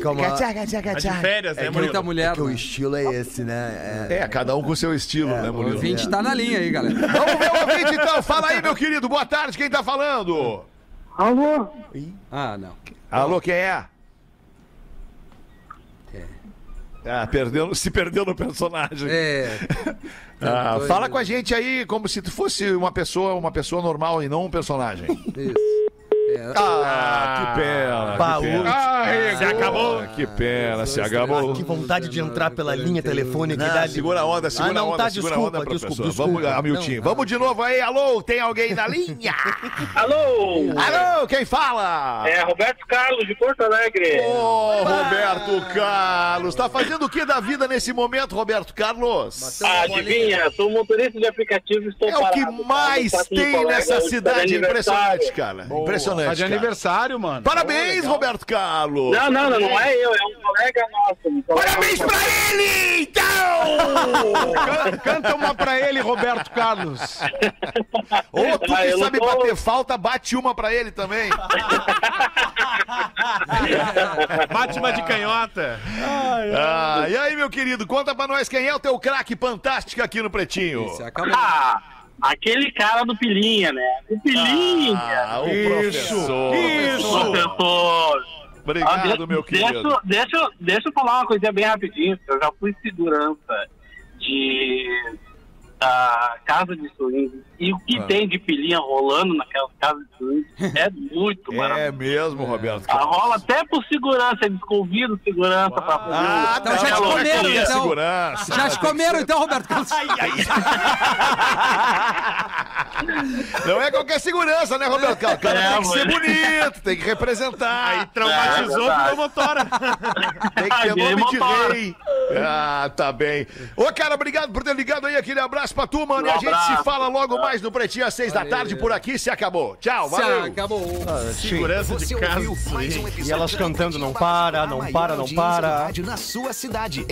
Calma,
Tá de férias, né,
É
Murilo?
muita mulher.
que o
né?
estilo é esse, né? É,
É, cada um com seu estilo, né,
O
Murilo?
ouvinte tá na linha aí, galera.
Vamos ver o ouvinte então. Fala aí, meu querido. Boa tarde, quem tá falando?
Alô?
Ah, não.
Alô, quem é? Ah, perdeu, se perdeu no personagem.
É.
Ah, fala com a gente aí como se tu fosse uma pessoa, uma pessoa normal e não um personagem.
Isso. É,
Ah, que pena. que pena.
Ai,
Se acabou. Ah, Que pena, se acabou.
Que vontade de entrar pela linha telefônica e
Ah,
dar
segura a onda, segura
Ah, não,
a onda,
tá,
segura
desculpa,
a onda, professor.
desculpa,
Vamos,
desculpa.
Hamilton.
Não,
Vamos de novo aí. Alô, tem alguém na linha?
Alô?
Alô, quem fala?
É Roberto Carlos de Porto Alegre.
Ah. Ô, Roberto Carlos, tá fazendo o que da vida nesse momento, Roberto Carlos?
Ah, adivinha, sou motorista de aplicativo e estou
É o que
parado,
mais
tá? No passinho
tem
colega
nessa
hoje, tá de
cidade.
aniversário.
Impressionante, cara. Impressionante.
Tá de
cara.
aniversário, mano.
Parabéns, Roberto Carlos.
Não, não, não, não é eu, é um colega nosso. um colega
Parabéns
nosso.
pra ele, então!
Can- Canta uma pra ele, Roberto Carlos.
Ou tu
Ah,
que
eu não
sabe
tô-
bater falta, bate uma pra ele também.
Bate uma de canhota.
Ah, e aí, meu querido, conta pra nós quem é o teu craque fantástico aqui no Pretinho.
é
se acabou.
Ah, aquele cara do Pilinha, né? O Pilinha.
Ah, o
Isso,
professor.
isso.
Professor. Ah,
Obrigado,
deixa-
meu querido.
Deixa, deixa, eu- deixa eu falar uma coisinha bem rapidinho. Eu já fui segurança de ah, casa de swing. E o
Ah.
que tem de pilinha rolando naquela casa de swing é muito
É
maravilhoso.
mesmo, Roberto.
Ah,
Carlos.
rola até por segurança, eles convidam segurança pra fazer.
Ah,
Então
não,
já te
não é
comeram,
comida,
então.
segurança.
Já te comeram então, Roberto Carlos?
Não é qualquer segurança, né, Roberto? O cara tem que ser bonito, tem que representar.
Aí traumatizou,
É,
virou motora.
Tem que ter
Virei
nome de
motor.
rei. Ah, tá bem. Ô, cara, obrigado por ter ligado aí. Aquele abraço pra tu, mano.
Um
e a gente se
abraço.
fala logo mais no Pretinho às seis da tarde. Por aqui se acabou. Tchau, valeu.
Acabou.
Ah,
Segurança de
Você
casa.
ouviu mais um
sim.
episódio
E elas
do
cantando, não
Pretinho
para,
Básico,
não
a
para,
maior
não
audiência do
para.
rádio na sua cidade, em